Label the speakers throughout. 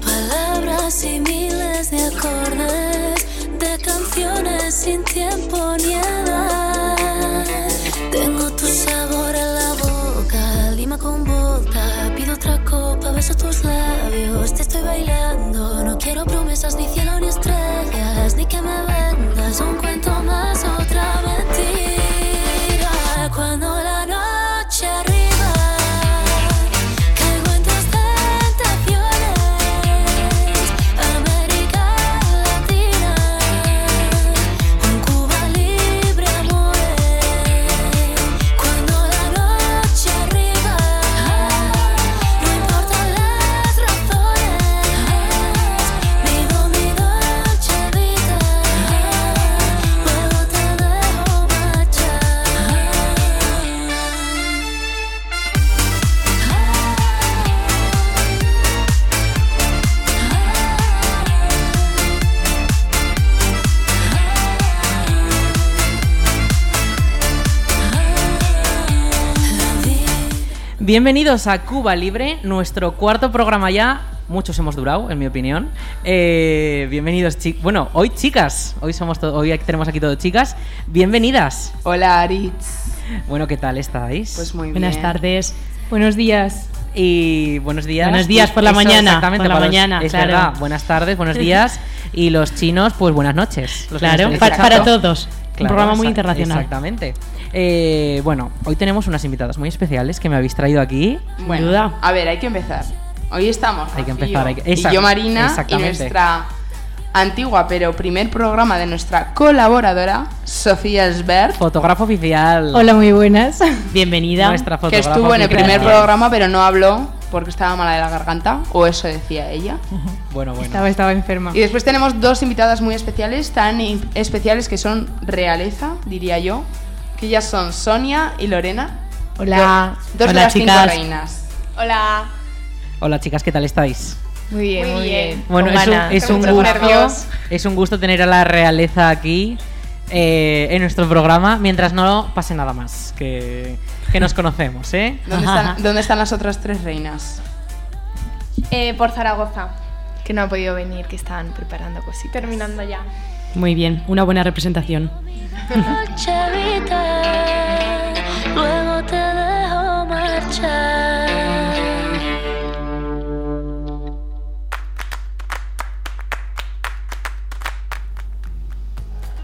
Speaker 1: palabras y miles de acordes de canciones sin tiempo ni edad. Tengo tu sabor en la boca, lima con bota. Pido otra copa, beso tus labios. Te estoy bailando, no quiero promesas, ni cielo, ni estrellas, ni que me vendas un cuento más, otra mentira. Cuando la noche arriba, caigo en tus tentaciones. América Latina, un Cuba libre, amores. Cuando la noche arriba, no importan las razones. Vivo mi noche vida, luego te dejo marchar.
Speaker 2: Bienvenidos a Cuba Libre, nuestro cuarto programa ya. Muchos hemos durado, en mi opinión. Eh, bienvenidos, chicos. Bueno, hoy chicas. Hoy somos to- hoy tenemos aquí todo chicas. Bienvenidas.
Speaker 3: Hola Aritz.
Speaker 2: Bueno, ¿qué tal estáis?
Speaker 3: Pues muy bien.
Speaker 4: Buenas tardes. Buenos días.
Speaker 2: Y buenos días.
Speaker 4: Buenos días por la
Speaker 2: Eso,
Speaker 4: mañana,
Speaker 2: Exactamente,
Speaker 4: por la
Speaker 2: para los-
Speaker 4: mañana,
Speaker 2: es
Speaker 4: claro.
Speaker 2: verdad. Buenas tardes, buenos días. Y los chinos, pues buenas noches. Los que
Speaker 4: Claro,
Speaker 2: nos estén
Speaker 4: pa- para,
Speaker 2: escuchando.
Speaker 4: todos. Un
Speaker 2: Claro,
Speaker 4: programa muy
Speaker 2: exa-
Speaker 4: internacional.
Speaker 2: Exactamente. Eh, bueno, hoy tenemos unas invitadas muy especiales que me habéis traído aquí.
Speaker 3: Bueno,
Speaker 4: duda.
Speaker 3: a ver, hay que empezar. Hoy estamos.
Speaker 2: Hay que
Speaker 3: Rocío
Speaker 2: empezar, hay que- Esa-
Speaker 3: y yo, Marina, y
Speaker 2: exactamente.
Speaker 3: nuestra antigua pero primer programa de nuestra colaboradora, Sofía Sbert,
Speaker 2: Fotógrafo oficial.
Speaker 5: Hola, muy buenas.
Speaker 4: Bienvenida.
Speaker 2: Nuestra
Speaker 3: que
Speaker 2: fotógrafa
Speaker 3: estuvo en el
Speaker 2: oficial.
Speaker 3: primer programa pero no habló porque estaba mala de la garganta, o eso decía ella.
Speaker 2: Bueno, bueno.
Speaker 5: Estaba, estaba enferma.
Speaker 3: Y después tenemos dos invitadas muy especiales, tan i- especiales que son realeza, diría yo, que ellas son Sonia y Lorena.
Speaker 5: Hola.
Speaker 3: Do-
Speaker 2: Ah,
Speaker 3: Dos de
Speaker 4: Hola,
Speaker 3: las
Speaker 4: chicas.
Speaker 3: cinco reinas.
Speaker 6: Hola.
Speaker 2: Hola chicas, ¿qué tal estáis?
Speaker 5: Muy bien,
Speaker 6: Muy
Speaker 5: muy,
Speaker 6: bien.
Speaker 5: bien.
Speaker 2: Bueno,
Speaker 4: Con
Speaker 2: es un,
Speaker 4: ganas.
Speaker 2: es,
Speaker 3: Con
Speaker 2: un
Speaker 3: muchos
Speaker 2: gusto,
Speaker 3: nervios.
Speaker 2: es un gusto tener a la realeza aquí eh, en nuestro programa mientras no pase nada más, que, que nos conocemos, ¿eh?
Speaker 3: ¿Dónde están, dónde están las otras tres reinas?
Speaker 6: Eh, por Zaragoza.
Speaker 5: Que no ha podido venir, que están preparando cositas.
Speaker 6: Terminando ya.
Speaker 4: Muy bien, una buena representación.
Speaker 1: Chavita, luego te dejo marchar.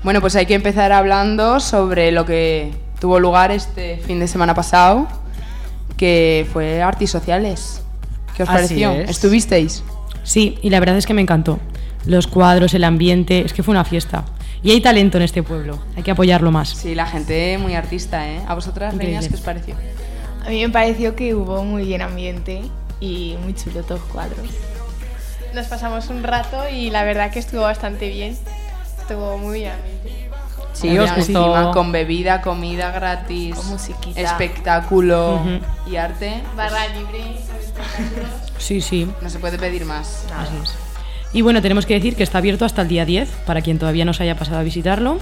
Speaker 3: Bueno, pues hay que empezar hablando sobre lo que tuvo lugar este fin de semana pasado, que fue Artis Sociales. ¿Qué os
Speaker 2: Así
Speaker 3: pareció?
Speaker 2: es.
Speaker 3: ¿Estuvisteis?
Speaker 4: Sí, y la verdad es que me encantó. Los cuadros, el ambiente, es que fue una fiesta. Y hay talento en este pueblo, hay que apoyarlo más.
Speaker 3: Sí, la gente muy artista, ¿eh? ¿A vosotras, reinas,
Speaker 4: Increíble.
Speaker 3: qué os pareció?
Speaker 5: A mí me pareció que hubo muy bien ambiente y muy chulo todos los cuadros.
Speaker 6: Nos pasamos un rato y la verdad que estuvo bastante bien. Estuvo muy bien.
Speaker 2: Sí, os
Speaker 3: Obviamente,
Speaker 2: gustó.
Speaker 3: encima, Con bebida, comida gratis,
Speaker 5: Con musiquita.
Speaker 3: espectáculo
Speaker 4: Ujú.
Speaker 3: y arte.
Speaker 6: Barra libre. espectáculos.
Speaker 4: Sí, sí.
Speaker 3: No se puede pedir más.
Speaker 4: Así es. Y bueno, tenemos que decir que está abierto hasta el día 10, para quien todavía no se haya pasado a visitarlo,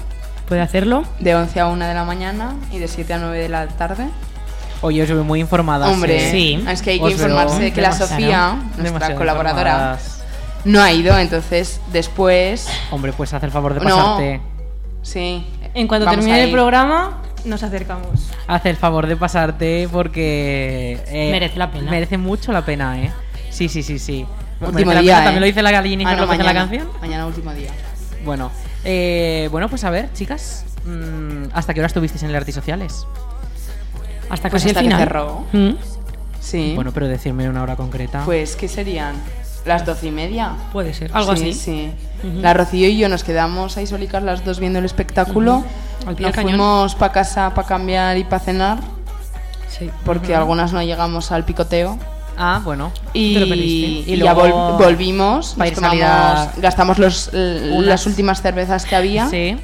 Speaker 4: puede hacerlo.
Speaker 3: De 11 a 1 de la mañana y de 7 a 9 de la tarde.
Speaker 2: Oye, os veo muy informadas. ¿eh?
Speaker 3: Hombre,
Speaker 4: Sí.
Speaker 3: es que hay que
Speaker 2: Os veo
Speaker 3: informarse que la
Speaker 4: demasiado-
Speaker 3: Sofía, nuestra
Speaker 2: demasiado
Speaker 3: colaboradora,
Speaker 2: informadas.
Speaker 3: no ha ido, entonces después,
Speaker 2: Hombre, pues haz el favor de
Speaker 3: No.
Speaker 2: pasarte.
Speaker 3: sí.
Speaker 7: En cuanto
Speaker 3: vamos
Speaker 7: termine
Speaker 3: a
Speaker 7: el
Speaker 3: ir.
Speaker 7: programa, nos acercamos.
Speaker 2: Haz el favor de pasarte porque. eh,
Speaker 4: Merece la pena.
Speaker 2: Merece mucho la pena, ¿eh? Sí, sí, sí, sí.
Speaker 3: Último
Speaker 2: Merece la
Speaker 3: día,
Speaker 2: pena,
Speaker 3: ¿eh?
Speaker 2: ¿También lo dice la gallinita
Speaker 3: Ah, no,
Speaker 2: López en la
Speaker 3: mañana.
Speaker 2: canción?
Speaker 3: Mañana último día.
Speaker 2: Bueno, eh, bueno, pues a ver, chicas, mm, ¿hasta qué hora estuvisteis en el Artis Sociales?
Speaker 4: Hasta
Speaker 3: Pues
Speaker 4: casi
Speaker 3: hasta
Speaker 4: el
Speaker 3: que
Speaker 4: final.
Speaker 3: cerró.
Speaker 4: Mm.
Speaker 3: Sí.
Speaker 2: Bueno, pero decirme una hora concreta.
Speaker 3: pues, ¿qué serían? ¿Las doce y media?
Speaker 4: Puede ser, algo
Speaker 3: Sí,
Speaker 4: así.
Speaker 3: Sí. La Rocío y yo nos quedamos ahí solicas las dos viendo el espectáculo.
Speaker 4: Al pie del
Speaker 3: Nos
Speaker 4: cañón.
Speaker 3: fuimos para casa para cambiar y para cenar,
Speaker 4: Sí.
Speaker 3: porque algunas no llegamos al picoteo.
Speaker 2: Ah, bueno.
Speaker 3: Y,
Speaker 4: Te lo perdiste.
Speaker 3: y
Speaker 2: Y
Speaker 3: ya
Speaker 2: luego-
Speaker 3: vol- volvimos,
Speaker 2: para
Speaker 3: nos
Speaker 2: ir
Speaker 3: tomamos-
Speaker 2: salida-
Speaker 3: gastamos los, l-
Speaker 2: Unas.
Speaker 3: las últimas cervezas que había.
Speaker 2: Sí.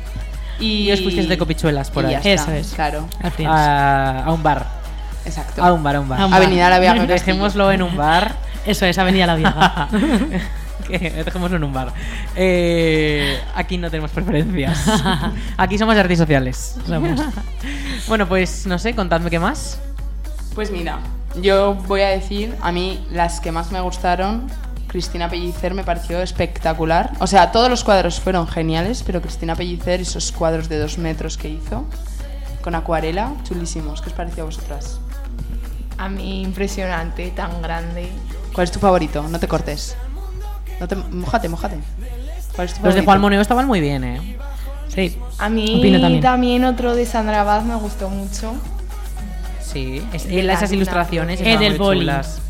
Speaker 3: Y,
Speaker 2: Y os pusisteis de copichuelas por
Speaker 3: y
Speaker 2: ahí. Ah,
Speaker 3: ya está,
Speaker 4: Eso es.
Speaker 3: Claro,
Speaker 4: Al final.
Speaker 2: A, a un bar.
Speaker 3: exacto.
Speaker 2: A un bar, a un bar.
Speaker 4: A un bar.
Speaker 3: Avenida La Vieja Castillo.
Speaker 2: Dejémoslo en un bar.
Speaker 4: Eso es, Avenida La Vieja.
Speaker 2: Que Dejémoslo en un bar. Eh, aquí no tenemos preferencias. Aquí somos artistas sociales.
Speaker 4: Somos.
Speaker 2: Bueno, pues no sé, contadme qué más.
Speaker 3: Pues mira, yo voy a decir, a mí las que más me gustaron Cristina Pellicer me pareció espectacular. O sea, todos los cuadros fueron geniales, pero Cristina Pellicer, esos cuadros de dos metros que hizo, con acuarela, chulísimos. ¿Qué os pareció a vosotras?
Speaker 5: A mí impresionante, tan grande.
Speaker 3: ¿Cuál es tu favorito? No te cortes. No te, mojate, mojate. ¿Cuál es tu
Speaker 2: Los de
Speaker 3: favorito?
Speaker 2: Juan Moneo estaban muy bien, ¿eh?
Speaker 4: Sí.
Speaker 5: A mí
Speaker 4: Opino
Speaker 5: también.
Speaker 4: también.
Speaker 5: otro de Sandra Vaz me gustó mucho.
Speaker 2: Sí, es-
Speaker 5: de la
Speaker 2: esas
Speaker 5: luna.
Speaker 2: ilustraciones.
Speaker 4: El
Speaker 2: estaban
Speaker 4: del
Speaker 2: muy
Speaker 4: boli.
Speaker 2: chulas.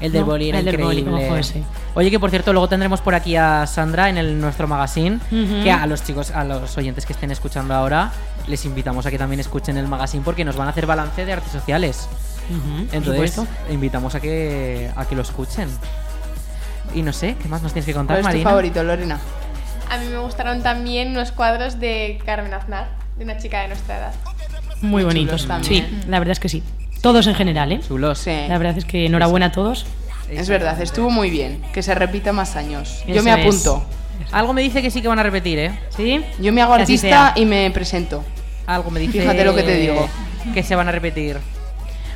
Speaker 2: El del
Speaker 4: No,
Speaker 2: boli era
Speaker 4: el del boli,
Speaker 2: increíble.
Speaker 4: ¿cómo fue ese?
Speaker 2: Oye, que por cierto, luego tendremos por aquí a Sandra en el, nuestro magazine.
Speaker 4: Ujú.
Speaker 2: Que a los chicos, a los oyentes que estén escuchando ahora, les invitamos a que también escuchen el magazine porque nos van a hacer balance de artes sociales. Entonces, invitamos a que, a que lo escuchen. Y no sé, ¿qué más nos tienes que contar,
Speaker 3: ¿Cuál es tu
Speaker 2: Marina?
Speaker 3: favorito, Lorena?
Speaker 6: A mí me gustaron también unos cuadros de Carmen Aznar, de una chica de nuestra edad.
Speaker 4: Muy bonitos.
Speaker 3: chulos
Speaker 4: Sí,
Speaker 3: también.
Speaker 4: la verdad es que sí. Todos en general, ¿eh?
Speaker 2: Chulos.
Speaker 3: Sí.
Speaker 4: La verdad es que enhorabuena a todos.
Speaker 3: Es verdad, estuvo muy bien. Que se repita más años. Yo
Speaker 4: Eso
Speaker 3: me
Speaker 4: es.
Speaker 3: apunto.
Speaker 2: Algo me dice que sí que van a repetir, ¿eh?
Speaker 4: ¿Sí?
Speaker 3: Yo me hago
Speaker 4: Que así
Speaker 3: artista
Speaker 4: sea.
Speaker 3: y me presento.
Speaker 2: Algo me dice.
Speaker 3: Fíjate lo que te digo.
Speaker 2: Que se van a repetir.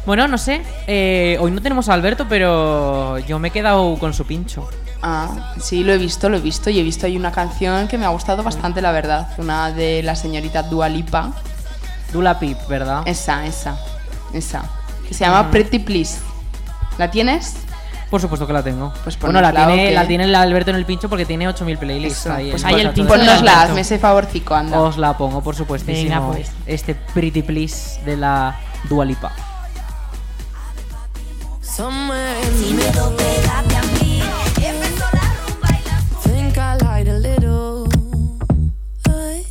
Speaker 2: Bueno, no sé. eh, hoy no tenemos a Alberto, pero yo me he quedado con su pincho.
Speaker 3: Ah, sí, lo he visto, lo he visto. Y he visto ahí una canción que me ha gustado bastante, la verdad. Una de la señorita Dualipa.
Speaker 2: Dula Pip, ¿verdad? Mm.
Speaker 3: Esa, esa, esa. Que se llama Pretty Please. ¿La tienes?
Speaker 2: Por supuesto que la tengo.
Speaker 3: Pues
Speaker 2: bueno, la,
Speaker 3: ponnosla,
Speaker 2: tiene,
Speaker 3: ¿o qué?
Speaker 2: la tiene el Alberto en el pincho porque tiene 8000 playlists.
Speaker 3: Eso,
Speaker 2: ahí
Speaker 3: pues
Speaker 2: en
Speaker 4: ahí el
Speaker 2: WhatsApp.
Speaker 4: pincho de
Speaker 3: Pónnosla,
Speaker 4: Alberto.
Speaker 3: hazme ese favorcico, anda.
Speaker 2: Os la pongo, por supuestísimo.
Speaker 4: Venga, pues.
Speaker 2: Este Pretty Please de la Dualipa.
Speaker 1: Si me toque, date a mí. Empezó la rumba y la
Speaker 8: think I lied a little. I,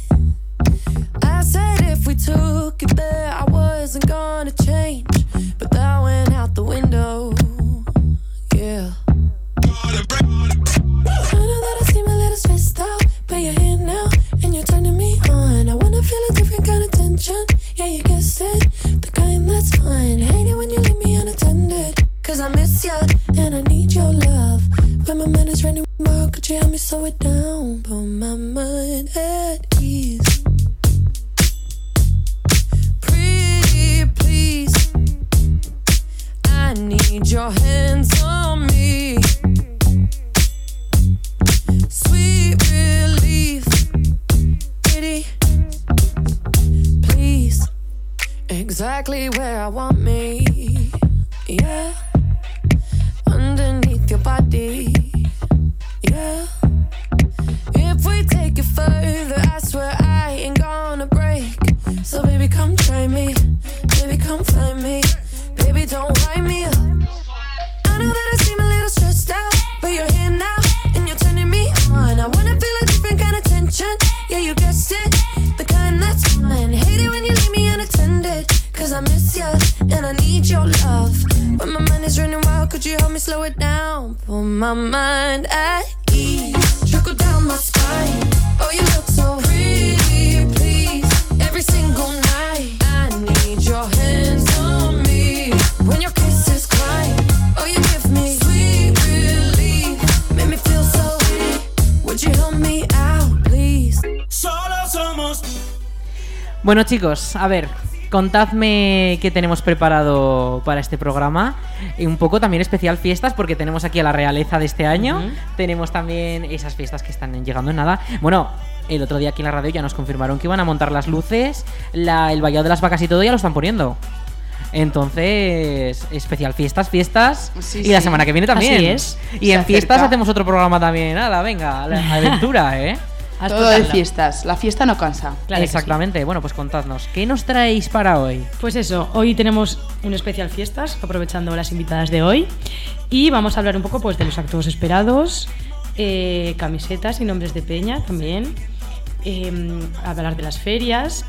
Speaker 8: I said if we took it there, I wasn't gonna change, but that went out the window. Yeah. I know that I seem a little stressed out, but you're here now and you're turning me on. I wanna feel a different kind of tension. Yeah, you guessed it, the kind that's fun. Hate it when you leave me unattended. Cause I miss ya and I need your love. When my mind is running wild, could you help me slow it down? Put my mind at ease. Pretty, please. I need your hands on me sweet relief. Pretty, please, exactly where I want me. Yeah, underneath your body. Yeah, if we take it further, I swear I ain't gonna break. So, baby, come try me. Baby, come find me. Baby, don't wind me up. I know that I seem a little stressed out, but you're here now and you're turning me on. I wanna feel a different kind of tension. Yeah, you guessed it, the kind that's fun. Hate it when you leave me unattended, cause I miss ya and I need your love. When my mind is running wild, could you help me slow it down? Put my mind at ease, trickle down my spine. Oh, you look so pretty, please. Every single night, I need your hands on me. When your kisses cry, oh, you give me sweet relief. Make me feel so weak. Would you help me out, please?
Speaker 9: Solo somos
Speaker 2: Bueno, chicos, a ver, contadme qué tenemos preparado para este programa. Y un poco también especial fiestas, porque tenemos aquí a la realeza de este año. Tenemos también esas fiestas que están llegando en nada. Bueno. El otro día aquí en la radio ya nos confirmaron que iban a montar las luces, la- el vallado de las vacas y todo ya lo están poniendo. Entonces, especial fiestas, fiestas.
Speaker 3: Sí,
Speaker 2: y la
Speaker 3: sí.
Speaker 2: semana que viene también.
Speaker 4: Así es.
Speaker 2: Y
Speaker 3: Se
Speaker 2: en fiestas
Speaker 3: acerca.
Speaker 2: hacemos otro programa también. Nada, venga, la aventura, ¿eh?
Speaker 4: Has
Speaker 3: Todo de
Speaker 4: tocado.
Speaker 3: fiestas. La fiesta no cansa.
Speaker 4: Claro que sí.
Speaker 2: Exactamente. Bueno, pues contadnos, ¿qué nos traéis para hoy?
Speaker 4: Pues eso, hoy tenemos un especial fiestas, aprovechando las invitadas de hoy, y vamos a hablar un poco pues, de los actos esperados, eh, camisetas y nombres de peña también, eh, hablar de las ferias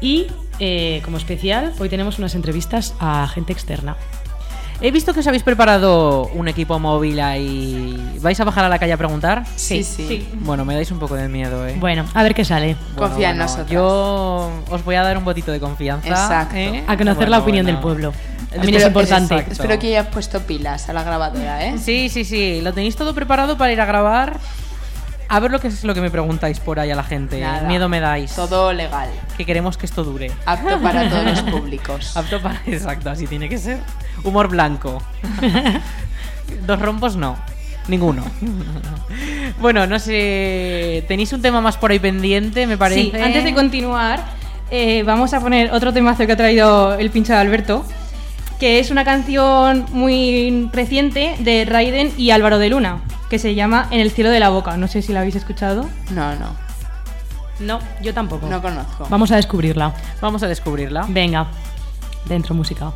Speaker 4: y, eh, como especial, hoy tenemos unas entrevistas a gente externa.
Speaker 2: He visto que os habéis preparado un equipo móvil ahí. ¿Vais a bajar a la calle a preguntar?
Speaker 3: Sí, sí.
Speaker 2: Bueno, me dais un poco de miedo, ¿eh?
Speaker 4: Bueno, a ver qué sale.
Speaker 2: Bueno,
Speaker 3: Confía en
Speaker 2: bueno,
Speaker 3: nosotras.
Speaker 2: Yo os voy a dar un botito de confianza.
Speaker 3: Exacto.
Speaker 2: ¿eh?
Speaker 4: A conocer
Speaker 2: Bueno,
Speaker 4: la opinión
Speaker 2: bueno.
Speaker 4: del pueblo. También es
Speaker 3: Espero-
Speaker 4: importante.
Speaker 2: exacto.
Speaker 3: Espero que hayas puesto pilas a la grabadora, ¿eh?
Speaker 2: Sí, sí, sí. Lo tenéis todo preparado para ir a grabar. A ver lo que es lo que me preguntáis por ahí a la gente. ¿eh?
Speaker 3: Nada.
Speaker 2: Miedo me dais.
Speaker 3: Todo legal.
Speaker 2: Que queremos que esto dure.
Speaker 3: Apto para todos los públicos.
Speaker 2: Apto para. Exacto, así tiene que ser. Humor blanco. Dos rombos no. Ninguno. bueno, no sé. ¿Tenéis un tema más por ahí pendiente, me parece?
Speaker 7: Sí, antes de continuar, eh, vamos a poner otro temazo que ha traído el pincho de Alberto, que es una canción muy reciente de Raiden y Álvaro de Luna, que se llama En el cielo de la boca. No sé si la habéis escuchado.
Speaker 3: No, no.
Speaker 4: No, yo tampoco.
Speaker 3: No conozco.
Speaker 4: Vamos a descubrirla.
Speaker 2: Vamos a descubrirla.
Speaker 4: Venga, dentro música.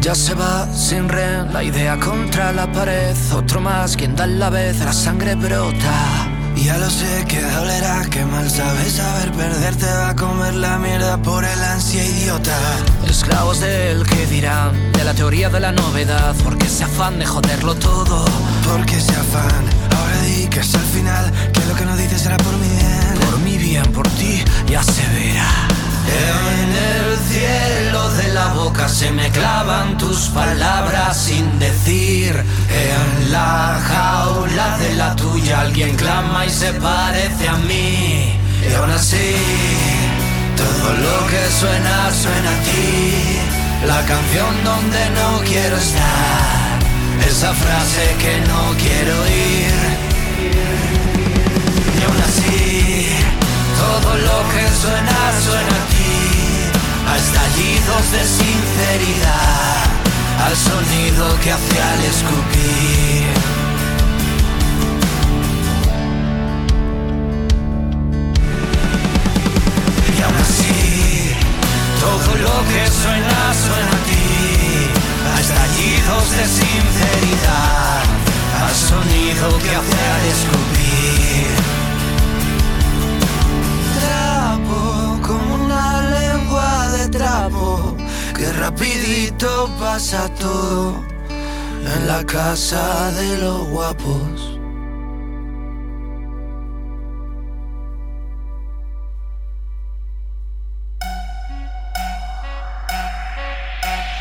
Speaker 9: Ya se va sin red, la idea contra la pared. Otro más, quien da la vez, la sangre brota. Ya lo sé que dolerá, que mal sabes saber perderte. Va a comer la mierda por el ansia idiota. Esclavos del que dirán, de la teoría de la novedad. Porque se afán de joderlo todo. Porque se afán, ahora di que es al final. Que lo que no dices será por mi bien. Por mi bien, por ti, ya se verá. En el cielo de la boca se me clavan tus palabras sin decir. "Eh, En la jaula de la tuya alguien clama y se parece a mí. Y aún así, todo lo que suena, suena a ti. La canción donde no quiero estar. Esa frase que no quiero oír. Y aún así. Todo lo que suena, suena aquí, a estallidos de sinceridad, al sonido que hace al escupir. Y aún así, todo lo que suena, suena a ti, a estallidos de sinceridad, al sonido que hace al escupir trapo, como una lengua de trapo, que rapidito pasa todo en la casa de los guapos.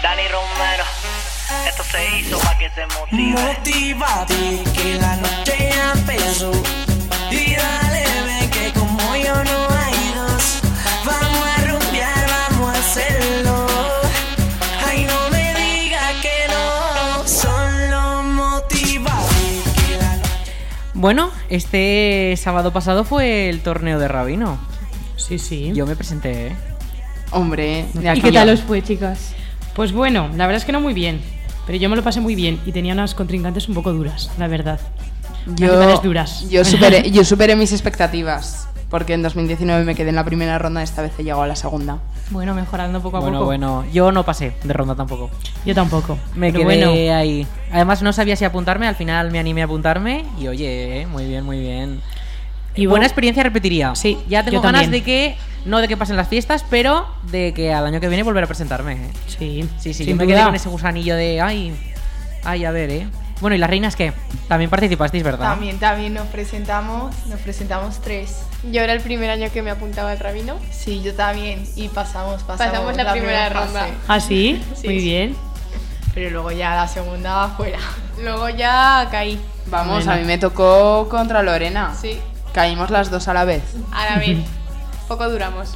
Speaker 10: Dani Romero, esto se hizo para que te motive.
Speaker 11: Motívate que la noche ya empezó y dale ve que como yo no hay dos vamos a rumbear vamos a hacerlo ay no me digas que no solo motívate que la
Speaker 2: Bueno, este sábado pasado fue el torneo de Rabino.
Speaker 4: Sí, sí.
Speaker 2: Yo me presenté, ¿eh?
Speaker 3: Hombre, de
Speaker 7: ¿Y
Speaker 3: aquí
Speaker 7: qué
Speaker 3: a-
Speaker 7: tal os fue, chicas?
Speaker 4: Pues bueno, la verdad es que no muy bien. Pero yo me lo pasé muy bien y tenía unas contrincantes un poco duras, la verdad. Unas rivales duras.
Speaker 3: Yo superé, yo superé mis expectativas. Porque en 2019 me quedé en la primera ronda, esta vez he llegado a la segunda.
Speaker 7: Bueno, mejorando poco a
Speaker 2: Bueno,
Speaker 7: poco.
Speaker 2: bueno, yo no pasé de ronda tampoco.
Speaker 4: Yo tampoco.
Speaker 2: Me
Speaker 4: Pero
Speaker 2: quedé
Speaker 4: bueno,
Speaker 2: ahí. Además no sabía si apuntarme, al final me animé a apuntarme y oye, eh, muy bien, muy bien.
Speaker 4: Y
Speaker 2: Y buena
Speaker 4: bueno-
Speaker 2: experiencia repetiría.
Speaker 4: Sí,
Speaker 2: ya tengo
Speaker 4: yo
Speaker 2: ganas
Speaker 4: también.
Speaker 2: de que no de que pasen las fiestas, pero de que al año que viene volver a presentarme. eh.
Speaker 4: Sí,
Speaker 2: Sí, sí,
Speaker 4: sin
Speaker 2: yo me quedé
Speaker 4: duda.
Speaker 2: con ese gusanillo de ay, ay, a ver, eh. Bueno, y las reinas qué? También participasteis, ¿verdad?
Speaker 12: También, también nos presentamos, nos presentamos tres.
Speaker 6: Yo era el primer año que me apuntaba al rabino.
Speaker 12: Sí, yo también. Y pasamos, pasamos.
Speaker 6: Pasamos la primera ronda.
Speaker 12: fase.
Speaker 4: ¿Ah, sí?
Speaker 6: Sí,
Speaker 4: muy
Speaker 6: sí.
Speaker 4: bien.
Speaker 12: Pero luego ya la segunda afuera.
Speaker 6: Luego ya caí.
Speaker 3: Vamos,
Speaker 4: Bueno.
Speaker 3: a mí me tocó contra Lorena.
Speaker 6: Sí,
Speaker 3: Caímos las dos a la vez.
Speaker 6: ahora bien. Poco duramos.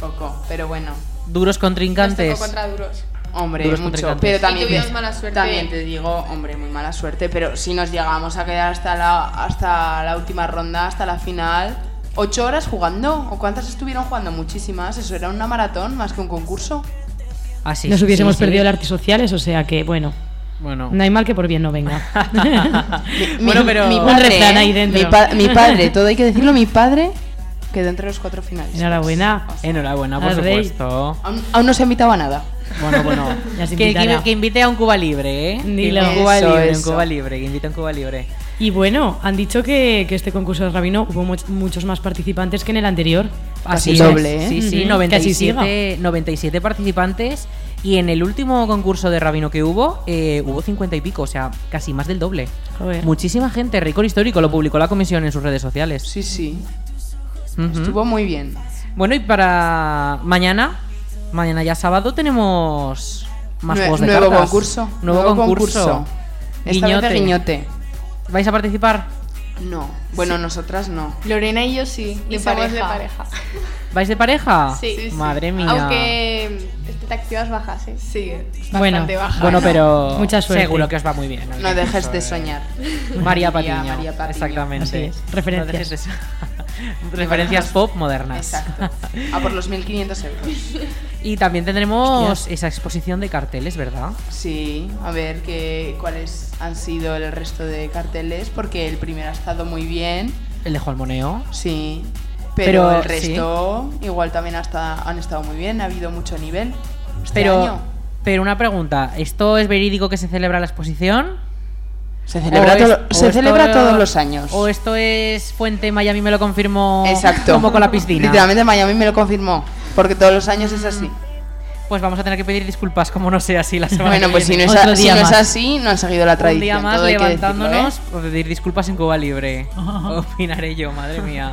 Speaker 3: Poco, pero bueno.
Speaker 2: Duros
Speaker 6: Nos tocó
Speaker 2: contrincantes.
Speaker 6: contra duros.
Speaker 3: Hombre,
Speaker 2: Duros
Speaker 3: mucho.
Speaker 2: contrincantes.
Speaker 3: Pero
Speaker 2: Y
Speaker 3: también,
Speaker 6: tuvimos
Speaker 3: te-
Speaker 6: mala suerte.
Speaker 3: también te digo, hombre, muy mala suerte. Pero si nos llegamos a quedar hasta la, hasta la última ronda, hasta la final, ¿ocho horas jugando? ¿O cuántas estuvieron jugando? Muchísimas. Eso era una maratón más que un concurso.
Speaker 2: Ah, sí,
Speaker 4: Nos
Speaker 2: sí,
Speaker 4: hubiésemos
Speaker 2: sí.
Speaker 4: perdido el artes sociales, o sea que, bueno,
Speaker 2: Bueno.
Speaker 4: no hay mal que por bien no venga.
Speaker 2: Bueno, pero-
Speaker 3: mi
Speaker 4: Un
Speaker 3: padre,
Speaker 4: refrán ahí
Speaker 3: ¿eh?
Speaker 4: dentro.
Speaker 3: Mi, pa- mi padre, todo hay que decirlo, mi padre quedó entre los cuatro finales.
Speaker 4: Enhorabuena.
Speaker 2: Enhorabuena, por
Speaker 4: Al rey.
Speaker 2: supuesto.
Speaker 3: Aún, aún no se ha invitado a nada.
Speaker 2: Bueno, bueno.
Speaker 4: Ya se
Speaker 2: que,
Speaker 4: invitará.
Speaker 2: que- que invite a un Cuba Libre, ¿eh?
Speaker 4: Ni
Speaker 2: Que
Speaker 4: lo-
Speaker 2: un Cuba
Speaker 3: Eso,
Speaker 2: Libre, un
Speaker 3: eso.
Speaker 2: Cuba Libre, que invite a un Cuba Libre.
Speaker 4: Y bueno, han dicho que, que este concurso de Rabino hubo much- muchos más participantes que en el anterior.
Speaker 3: Casi doble, ¿eh?
Speaker 2: Sí, sí,
Speaker 4: Ujú, casi siga.
Speaker 2: 97, 97 participantes. Y en el último concurso de Rabino que hubo, eh, hubo 50 y pico, o sea, casi más del doble.
Speaker 4: Joder.
Speaker 2: Muchísima gente, récord histórico, lo publicó la comisión en sus redes sociales.
Speaker 3: Sí, sí.
Speaker 2: Ujú.
Speaker 3: Estuvo muy bien.
Speaker 2: Bueno, y para mañana, mañana ya sábado, tenemos más
Speaker 3: Nue-
Speaker 2: juegos de
Speaker 3: nuevo
Speaker 2: cartas.
Speaker 3: concurso.
Speaker 2: Nuevo, concurso.
Speaker 3: Esta vez de
Speaker 2: Guiñote.
Speaker 3: guiñote.
Speaker 2: ¿Vais a participar?
Speaker 3: No. Bueno, nosotras no.
Speaker 12: Lorena y yo sí,
Speaker 6: Y
Speaker 12: de
Speaker 6: somos
Speaker 12: pareja. Ah,
Speaker 6: de pareja.
Speaker 2: ¿Vais de pareja?
Speaker 6: Sí. Sí, sí.
Speaker 2: Madre mía.
Speaker 6: Aunque este, expectativas bajas, ¿eh? Sí,
Speaker 2: Bueno,
Speaker 6: bastante bajas.
Speaker 2: bueno, pero
Speaker 4: Mucha suerte.
Speaker 2: seguro que os va muy bien.
Speaker 3: No dejes de soñar.
Speaker 2: María
Speaker 3: María-
Speaker 2: Patiño.
Speaker 3: María Patiño.
Speaker 2: Exactamente.
Speaker 4: Así es,
Speaker 2: No
Speaker 4: referencias.
Speaker 2: dejes de so- referencias pop modernas.
Speaker 3: Exacto. A por los 1.500 euros.
Speaker 2: Y también tendremos
Speaker 3: Hostias.
Speaker 2: esa exposición de carteles, ¿verdad?
Speaker 3: Sí, a ver qué cuáles han sido el resto de carteles, porque el primero ha estado muy bien,
Speaker 2: El de Juan Moneo.
Speaker 3: Sí. pero, el
Speaker 2: sí.
Speaker 3: resto igual también hasta, han estado muy bien, ha habido mucho nivel. Este
Speaker 2: pero,
Speaker 3: año.
Speaker 2: pero una pregunta, ¿esto es verídico que se celebra la exposición?
Speaker 3: Se celebra todo- se celebra todos los años.
Speaker 2: ¿O esto es Fuente Miami me lo confirmó
Speaker 3: Exacto.
Speaker 2: como con la piscina?
Speaker 3: Literalmente Miami me lo confirmó, porque todos los años es así.
Speaker 2: Pues vamos a tener que pedir disculpas como no sea así la semana
Speaker 3: Bueno,
Speaker 2: que
Speaker 3: pues si no,
Speaker 2: viene.
Speaker 3: es, a- si no es así, no han seguido la tradición.
Speaker 2: Un día más
Speaker 3: todo hay que
Speaker 2: levantándonos
Speaker 3: decirlo, ¿eh?
Speaker 2: por pedir disculpas en Cuba Libre. Opinaré yo, madre mía.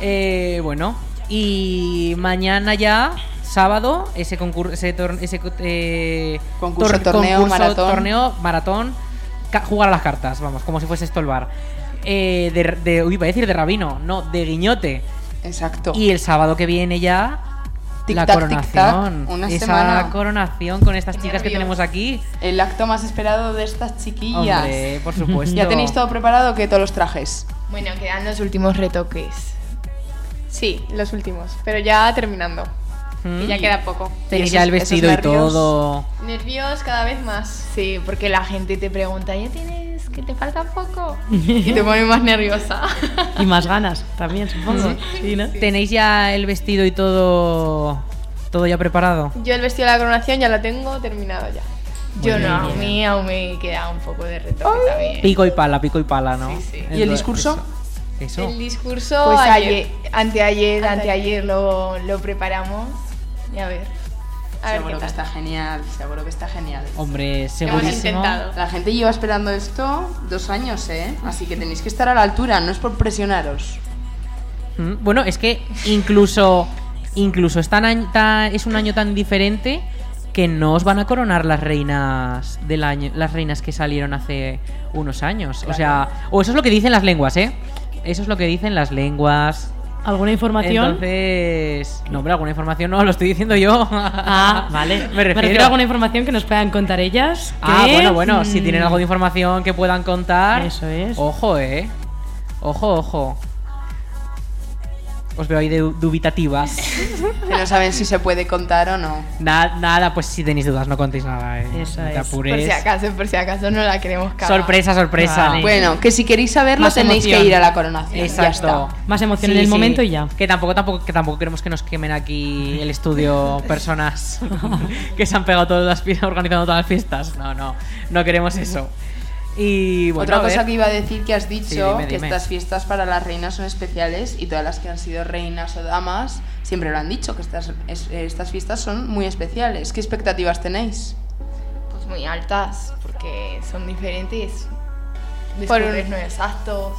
Speaker 2: Eh, bueno, y mañana ya, sábado, ese, concurso, ese, tor- ese co- eh,
Speaker 3: Concurso, torneo, maratón.
Speaker 2: torneo, maratón, ca- jugar a las cartas, vamos, como si fuese esto el bar. Eh, de, de- uy, iba a decir de rabino, no, de guiñote.
Speaker 3: ¿eh? Exacto.
Speaker 2: Y el sábado que viene ya
Speaker 3: Tic
Speaker 2: la
Speaker 3: tac, tic tac,
Speaker 2: coronación.
Speaker 3: una
Speaker 2: Esa
Speaker 3: semana.
Speaker 2: coronación con estas chicas que
Speaker 3: nervios.
Speaker 2: tenemos aquí.
Speaker 3: El acto más esperado de estas chiquillas.
Speaker 2: Hombre, por supuesto.
Speaker 3: ¿Ya tenéis todo preparado que todos los trajes?
Speaker 12: Bueno, quedan los últimos retoques.
Speaker 6: Sí, los últimos. Pero ya terminando.
Speaker 2: Mm.
Speaker 6: Y ya queda poco.
Speaker 2: Tenéis
Speaker 12: esos-
Speaker 2: ya el
Speaker 12: esos
Speaker 2: vestido y
Speaker 12: nervios.
Speaker 2: todo.
Speaker 6: Nervios cada vez más.
Speaker 12: Sí, porque la gente te pregunta, ¿ya tienes que te falta poco?
Speaker 4: y
Speaker 12: Y te pone más nerviosa.
Speaker 4: más ganas también, supongo. Sí, ¿no?
Speaker 2: ¿Tenéis ya el vestido y todo todo ya preparado?
Speaker 6: Yo el vestido de la coronación ya lo tengo terminado ya.
Speaker 12: Yo no, a
Speaker 2: bien.
Speaker 12: mí aún me queda un poco de retoque también.
Speaker 2: Pico y pala, pico y pala, ¿no?
Speaker 3: ¿Y el discurso?
Speaker 2: Eso.
Speaker 6: El
Speaker 2: eso.
Speaker 6: discurso
Speaker 12: Pues
Speaker 6: ayer.
Speaker 12: ayer, anteayer,
Speaker 6: Anteayer.
Speaker 12: anteayer lo, lo preparamos y a ver.
Speaker 6: A ver qué
Speaker 3: seguro que
Speaker 6: tal.
Speaker 3: está genial, seguro que está genial.
Speaker 2: Hombre, Oh, segurísimo.
Speaker 3: La gente lleva esperando esto dos años, ¿eh? Así que tenéis que estar a la altura, no es por presionaros.
Speaker 2: Mm, Bueno, es que incluso incluso es, tan añ- ta- es un año tan diferente que no os van a coronar las reinas del año, las reinas que salieron hace unos años. O sea, o eso es lo que dicen las lenguas, ¿eh? Eso es lo que dicen las lenguas.
Speaker 4: ¿Alguna información?
Speaker 2: Entonces, no, hombre, alguna información no, lo estoy diciendo yo.
Speaker 4: Ah, vale.
Speaker 2: Me refiero.
Speaker 4: a alguna información que nos puedan contar ellas.
Speaker 2: Ah,
Speaker 4: que,
Speaker 2: bueno, bueno, si
Speaker 4: mm,
Speaker 2: tienen algo de información que puedan contar.
Speaker 4: Eso es.
Speaker 2: Ojo, eh. Ojo, ojo. Os veo ahí de dubitativas.
Speaker 3: Que no saben si se puede contar o no.
Speaker 2: Na- nada, pues si tenéis dudas, no contéis nada, eh.
Speaker 4: Eso
Speaker 2: no te
Speaker 4: es.
Speaker 2: apures.
Speaker 12: Por si acaso, por si acaso no la queremos cagar.
Speaker 2: sorpresa, sorpresa.
Speaker 4: Vale.
Speaker 3: Bueno, que si queréis saberlo
Speaker 4: Más
Speaker 3: tenéis
Speaker 4: emoción.
Speaker 3: que ir a la coronación. Ya
Speaker 2: Exacto.
Speaker 3: está.
Speaker 4: Más emoción
Speaker 2: Sí,
Speaker 4: en el
Speaker 2: sí.
Speaker 4: momento y ya.
Speaker 2: Que tampoco, tampoco, que tampoco queremos que nos quemen aquí el estudio personas que se han pegado todas las fiestas, organizando todas las fiestas. No, no, no queremos eso. Y bueno, a
Speaker 3: Otra cosa
Speaker 2: ver.
Speaker 3: que iba a decir que has dicho,
Speaker 2: Sí, dime,
Speaker 3: que
Speaker 2: dime.
Speaker 3: estas fiestas para las reinas son especiales y todas las que han sido reinas o damas siempre lo han dicho, que estas, es- estas fiestas son muy especiales. ¿Qué expectativas tenéis?
Speaker 12: Pues muy altas, porque son diferentes. Descubres
Speaker 6: un-
Speaker 12: nuevos actos.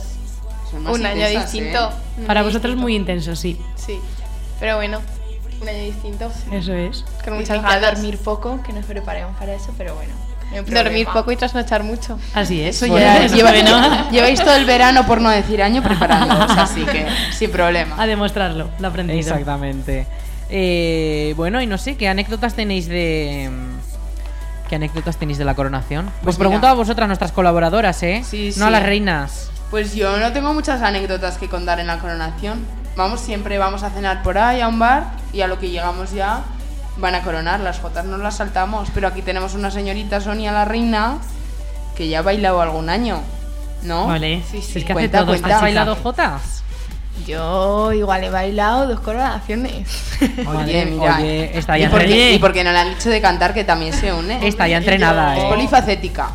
Speaker 3: Son más
Speaker 6: Un año
Speaker 3: intensas,
Speaker 6: distinto.
Speaker 3: ¿eh?
Speaker 6: Un
Speaker 4: Para
Speaker 6: año
Speaker 4: vosotros
Speaker 6: distinto.
Speaker 4: muy intenso, sí.
Speaker 6: Sí. Pero bueno, un año distinto.
Speaker 4: Eso es.
Speaker 12: Dicen
Speaker 6: Con muchas
Speaker 12: que a
Speaker 6: ganas.
Speaker 12: dormir poco, que nos preparemos para eso, pero bueno. no hay
Speaker 6: Dormir
Speaker 12: problema.
Speaker 6: poco y trasnochar mucho.
Speaker 4: Así es.
Speaker 3: Eso
Speaker 4: Bueno,
Speaker 3: ya
Speaker 4: eso
Speaker 3: lleva-
Speaker 4: es bueno.
Speaker 3: lleváis todo el verano, por no decir año, preparándoos, así que sin
Speaker 4: A
Speaker 3: problema.
Speaker 4: demostrarlo, lo aprendido.
Speaker 2: Exactamente. Eh, bueno, y no sé, ¿qué anécdotas tenéis de. mm, ¿Qué anécdotas tenéis de la coronación? Os
Speaker 3: Pues
Speaker 2: pregunto
Speaker 3: mira.
Speaker 2: a vosotras, nuestras colaboradoras, ¿eh?
Speaker 3: Sí,
Speaker 2: no a
Speaker 3: sí.
Speaker 2: las reinas.
Speaker 3: Pues yo no tengo muchas anécdotas que contar en la coronación. Vamos, siempre vamos a cenar por ahí, a un bar, y a lo que llegamos ya van a coronar. Las jotas nos las saltamos, pero aquí tenemos una señorita, Sonia la Reina, que ya ha bailado algún año, ¿no?
Speaker 4: Vale.
Speaker 12: Sí, sí.
Speaker 4: Es que
Speaker 3: Cuenta,
Speaker 4: hace todo esta
Speaker 3: cuenta.
Speaker 2: ¿Has
Speaker 3: Chica.
Speaker 2: bailado Jotas?
Speaker 12: Yo igual he bailado dos coronaciones.
Speaker 2: Madre,
Speaker 3: Oye, mira.
Speaker 2: oye, está
Speaker 3: y,
Speaker 2: ya
Speaker 3: porque,
Speaker 2: entre-
Speaker 3: y porque no le han dicho de cantar, que también se une.
Speaker 2: Está ya entrenada,
Speaker 3: Es
Speaker 2: eh.
Speaker 3: polifacética.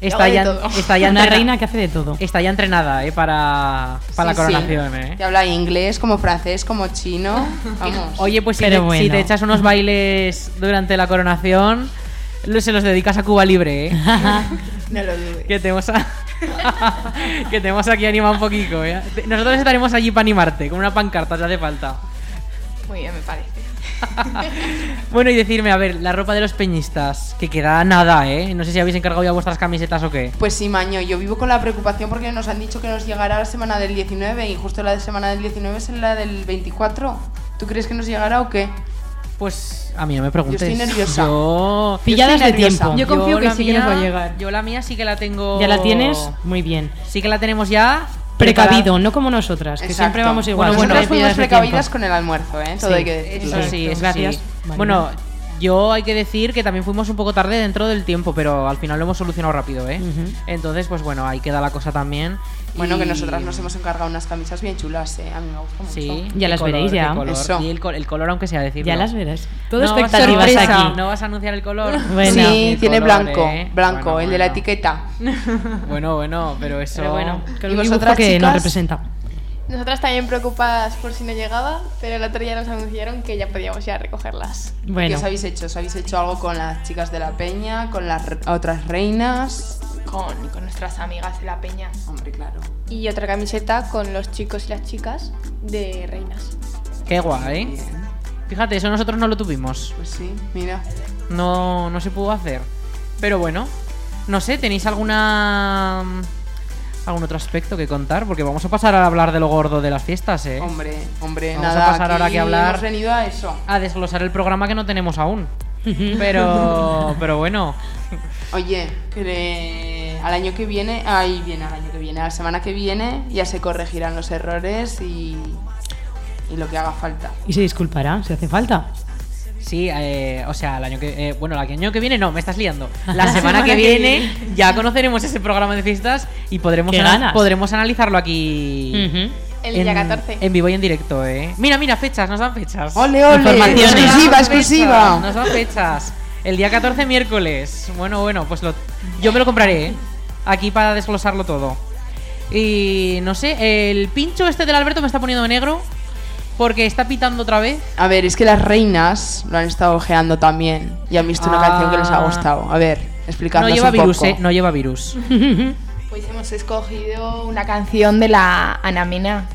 Speaker 2: Está
Speaker 12: hago de
Speaker 2: ya,
Speaker 12: todo.
Speaker 2: está ya
Speaker 4: Una
Speaker 2: entrena-
Speaker 4: reina que hace de todo.
Speaker 2: Está ya entrenada, ¿eh? Para, para
Speaker 3: Sí,
Speaker 2: la coronación,
Speaker 3: sí.
Speaker 2: ¿eh?
Speaker 3: Que habla inglés, como francés, como chino. Vamos.
Speaker 2: Oye, pues si,
Speaker 4: Pero
Speaker 2: te,
Speaker 4: bueno.
Speaker 2: si te echas unos bailes durante la coronación, lo- se los dedicas a Cuba Libre, ¿eh?
Speaker 12: No lo dudes.
Speaker 2: Que tenemos a... que tenemos aquí animado un poquito, ¿eh? Te- Nosotros estaremos allí para animarte, con una pancarta, te hace falta.
Speaker 12: Muy bien, me parece.
Speaker 2: Bueno, y decirme, a ver, la ropa de los peñistas, que queda nada, ¿eh? No sé si habéis encargado ya vuestras camisetas o qué.
Speaker 3: Pues sí, Maño, yo vivo con la preocupación porque nos han dicho que nos llegará la semana del 19 y justo la de semana del 19 es la del 24. ¿Tú crees que nos llegará o qué?
Speaker 2: Pues A mí no me preguntes.
Speaker 3: Yo estoy nerviosa.
Speaker 2: Yo-
Speaker 4: Pilladas
Speaker 2: yo estoy
Speaker 4: de
Speaker 2: nerviosa.
Speaker 4: tiempo. Yo confío que
Speaker 2: la
Speaker 4: sí que nos va a llegar.
Speaker 2: Yo la mía sí que la tengo.
Speaker 4: ¿Ya la tienes? Muy bien.
Speaker 2: Sí que la tenemos ya.
Speaker 4: Precavido, no como nosotras, que
Speaker 2: Exacto.
Speaker 4: siempre vamos igual.
Speaker 2: Bueno,
Speaker 4: siempre
Speaker 2: nosotras
Speaker 4: hay
Speaker 2: fuimos
Speaker 4: pilladas de
Speaker 3: precavidas
Speaker 4: tiempo.
Speaker 3: con el almuerzo, ¿eh? Todo
Speaker 4: Sí,
Speaker 3: hay que decirlo.
Speaker 2: Eso sí, eso
Speaker 4: Gracias,
Speaker 2: sí.
Speaker 4: Marina.
Speaker 2: Bueno, yo hay que decir que también fuimos un poco tarde dentro del tiempo, pero al final lo hemos solucionado rápido, ¿eh? Entonces, pues bueno, ahí queda la cosa también.
Speaker 3: Bueno, que
Speaker 2: Y-
Speaker 3: nosotras nos hemos encargado unas camisas bien chulas, ¿eh? A mí me gusta mucho.
Speaker 2: Sí,
Speaker 4: Ya
Speaker 2: el
Speaker 4: las
Speaker 2: color,
Speaker 4: veréis ya.
Speaker 2: el color.
Speaker 4: Eso.
Speaker 2: Y el, col- el color, aunque sea decirlo.
Speaker 4: Ya las verás. Todo
Speaker 2: No vas a-
Speaker 4: expectativas
Speaker 2: sorpresa,
Speaker 4: aquí.
Speaker 2: No vas a anunciar el color.
Speaker 4: Bueno.
Speaker 3: sí,
Speaker 2: El
Speaker 3: tiene
Speaker 2: color,
Speaker 3: blanco,
Speaker 2: ¿eh?
Speaker 3: blanco,
Speaker 2: Bueno,
Speaker 3: el de la
Speaker 2: bueno.
Speaker 3: etiqueta.
Speaker 2: Bueno, bueno, pero eso.
Speaker 4: Pero bueno,
Speaker 3: ¿Y
Speaker 4: con un dibujo
Speaker 3: vosotras,
Speaker 4: que nos
Speaker 3: chicas?
Speaker 4: representa.
Speaker 6: Nosotras también preocupadas por si no llegaba, pero el otro día nos anunciaron que ya podíamos ir a recogerlas.
Speaker 4: Bueno.
Speaker 3: ¿Qué os habéis hecho? ¿Os habéis hecho algo con las chicas de la peña, con las re- otras reinas?
Speaker 12: Con, con nuestras amigas de la peña.
Speaker 3: Hombre, claro.
Speaker 6: Y otra camiseta con los chicos y las chicas de reinas.
Speaker 2: Qué guay. ¿eh? Fíjate, eso nosotros no lo tuvimos.
Speaker 3: Pues sí, mira.
Speaker 2: No, no se pudo hacer. Pero bueno, no sé, ¿tenéis alguna. algún otro aspecto que contar? Porque vamos a pasar a hablar de lo gordo de las fiestas, ¿eh?
Speaker 3: Hombre, hombre,
Speaker 2: Vamos
Speaker 3: nada.
Speaker 2: a pasar ahora
Speaker 3: aquí
Speaker 2: que hablar.
Speaker 3: Hemos venido a eso.
Speaker 2: A desglosar el programa que no tenemos aún. Pero. pero bueno.
Speaker 3: Oye, que de- al año que viene, ahí viene, al año que viene, a la semana que viene, ya se corregirán los errores y, y lo que haga falta.
Speaker 4: Y se disculpará si hace falta.
Speaker 2: Sí, eh, o sea, el año que. eh, bueno, el año que viene no, me estás liando. La semana que viene ya conoceremos ese programa de fiestas y podremos,
Speaker 4: Qué
Speaker 2: ana-
Speaker 4: ganas.
Speaker 2: podremos analizarlo aquí.
Speaker 6: El día
Speaker 2: en-
Speaker 6: 14.
Speaker 2: En vivo y en directo, ¿eh? Mira, mira, fechas, nos dan fechas.
Speaker 3: ¡Ole, ole!
Speaker 2: Informaciones.
Speaker 3: ¡Exclusiva,
Speaker 2: Nos dan
Speaker 3: exclusiva!
Speaker 2: fechas, Nos dan fechas. El día 14, miércoles. Bueno, bueno, pues lo, yo me lo compraré, ¿eh? Aquí para desglosarlo todo. Y no sé, el pincho este del Alberto me está poniendo negro porque está pitando otra vez.
Speaker 3: A ver, es que las reinas lo han estado ojeando también y han visto una
Speaker 2: Ah.
Speaker 3: canción que les ha gustado. A ver,
Speaker 2: No
Speaker 3: explicadnos
Speaker 2: lleva
Speaker 3: un
Speaker 2: virus,
Speaker 3: poco.
Speaker 2: ¿eh? No lleva virus.
Speaker 12: Pues hemos escogido una
Speaker 5: La canción de la Anamena.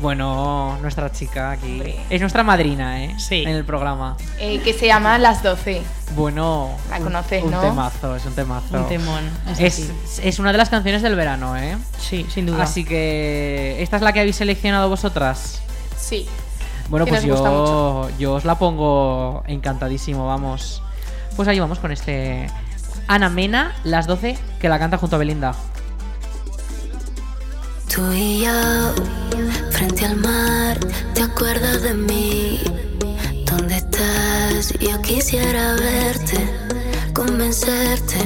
Speaker 2: Bueno, nuestra chica aquí. Es nuestra madrina, ¿eh? Sí. En el programa.
Speaker 5: eh, que se llama Las 12.
Speaker 2: Bueno.
Speaker 5: La
Speaker 2: un-
Speaker 5: conoces,
Speaker 2: un,
Speaker 5: ¿no?
Speaker 2: temazo, es un temazo.
Speaker 4: Un temón, es
Speaker 2: Es, es una de las canciones del verano, ¿eh?
Speaker 4: Sí, sin duda.
Speaker 2: Así que. ¿Esta es la que habéis seleccionado vosotras?
Speaker 6: Sí.
Speaker 2: Bueno,
Speaker 6: Que
Speaker 2: pues
Speaker 6: nos gusta
Speaker 2: yo, yo os la pongo encantadísimo, vamos. Pues ahí vamos con este. Ana Mena, las 12, que la canta junto a Belinda.
Speaker 1: Tú y yo, frente al mar, ¿te acuerdas de mí? ¿Dónde estás? Yo quisiera verte, convencerte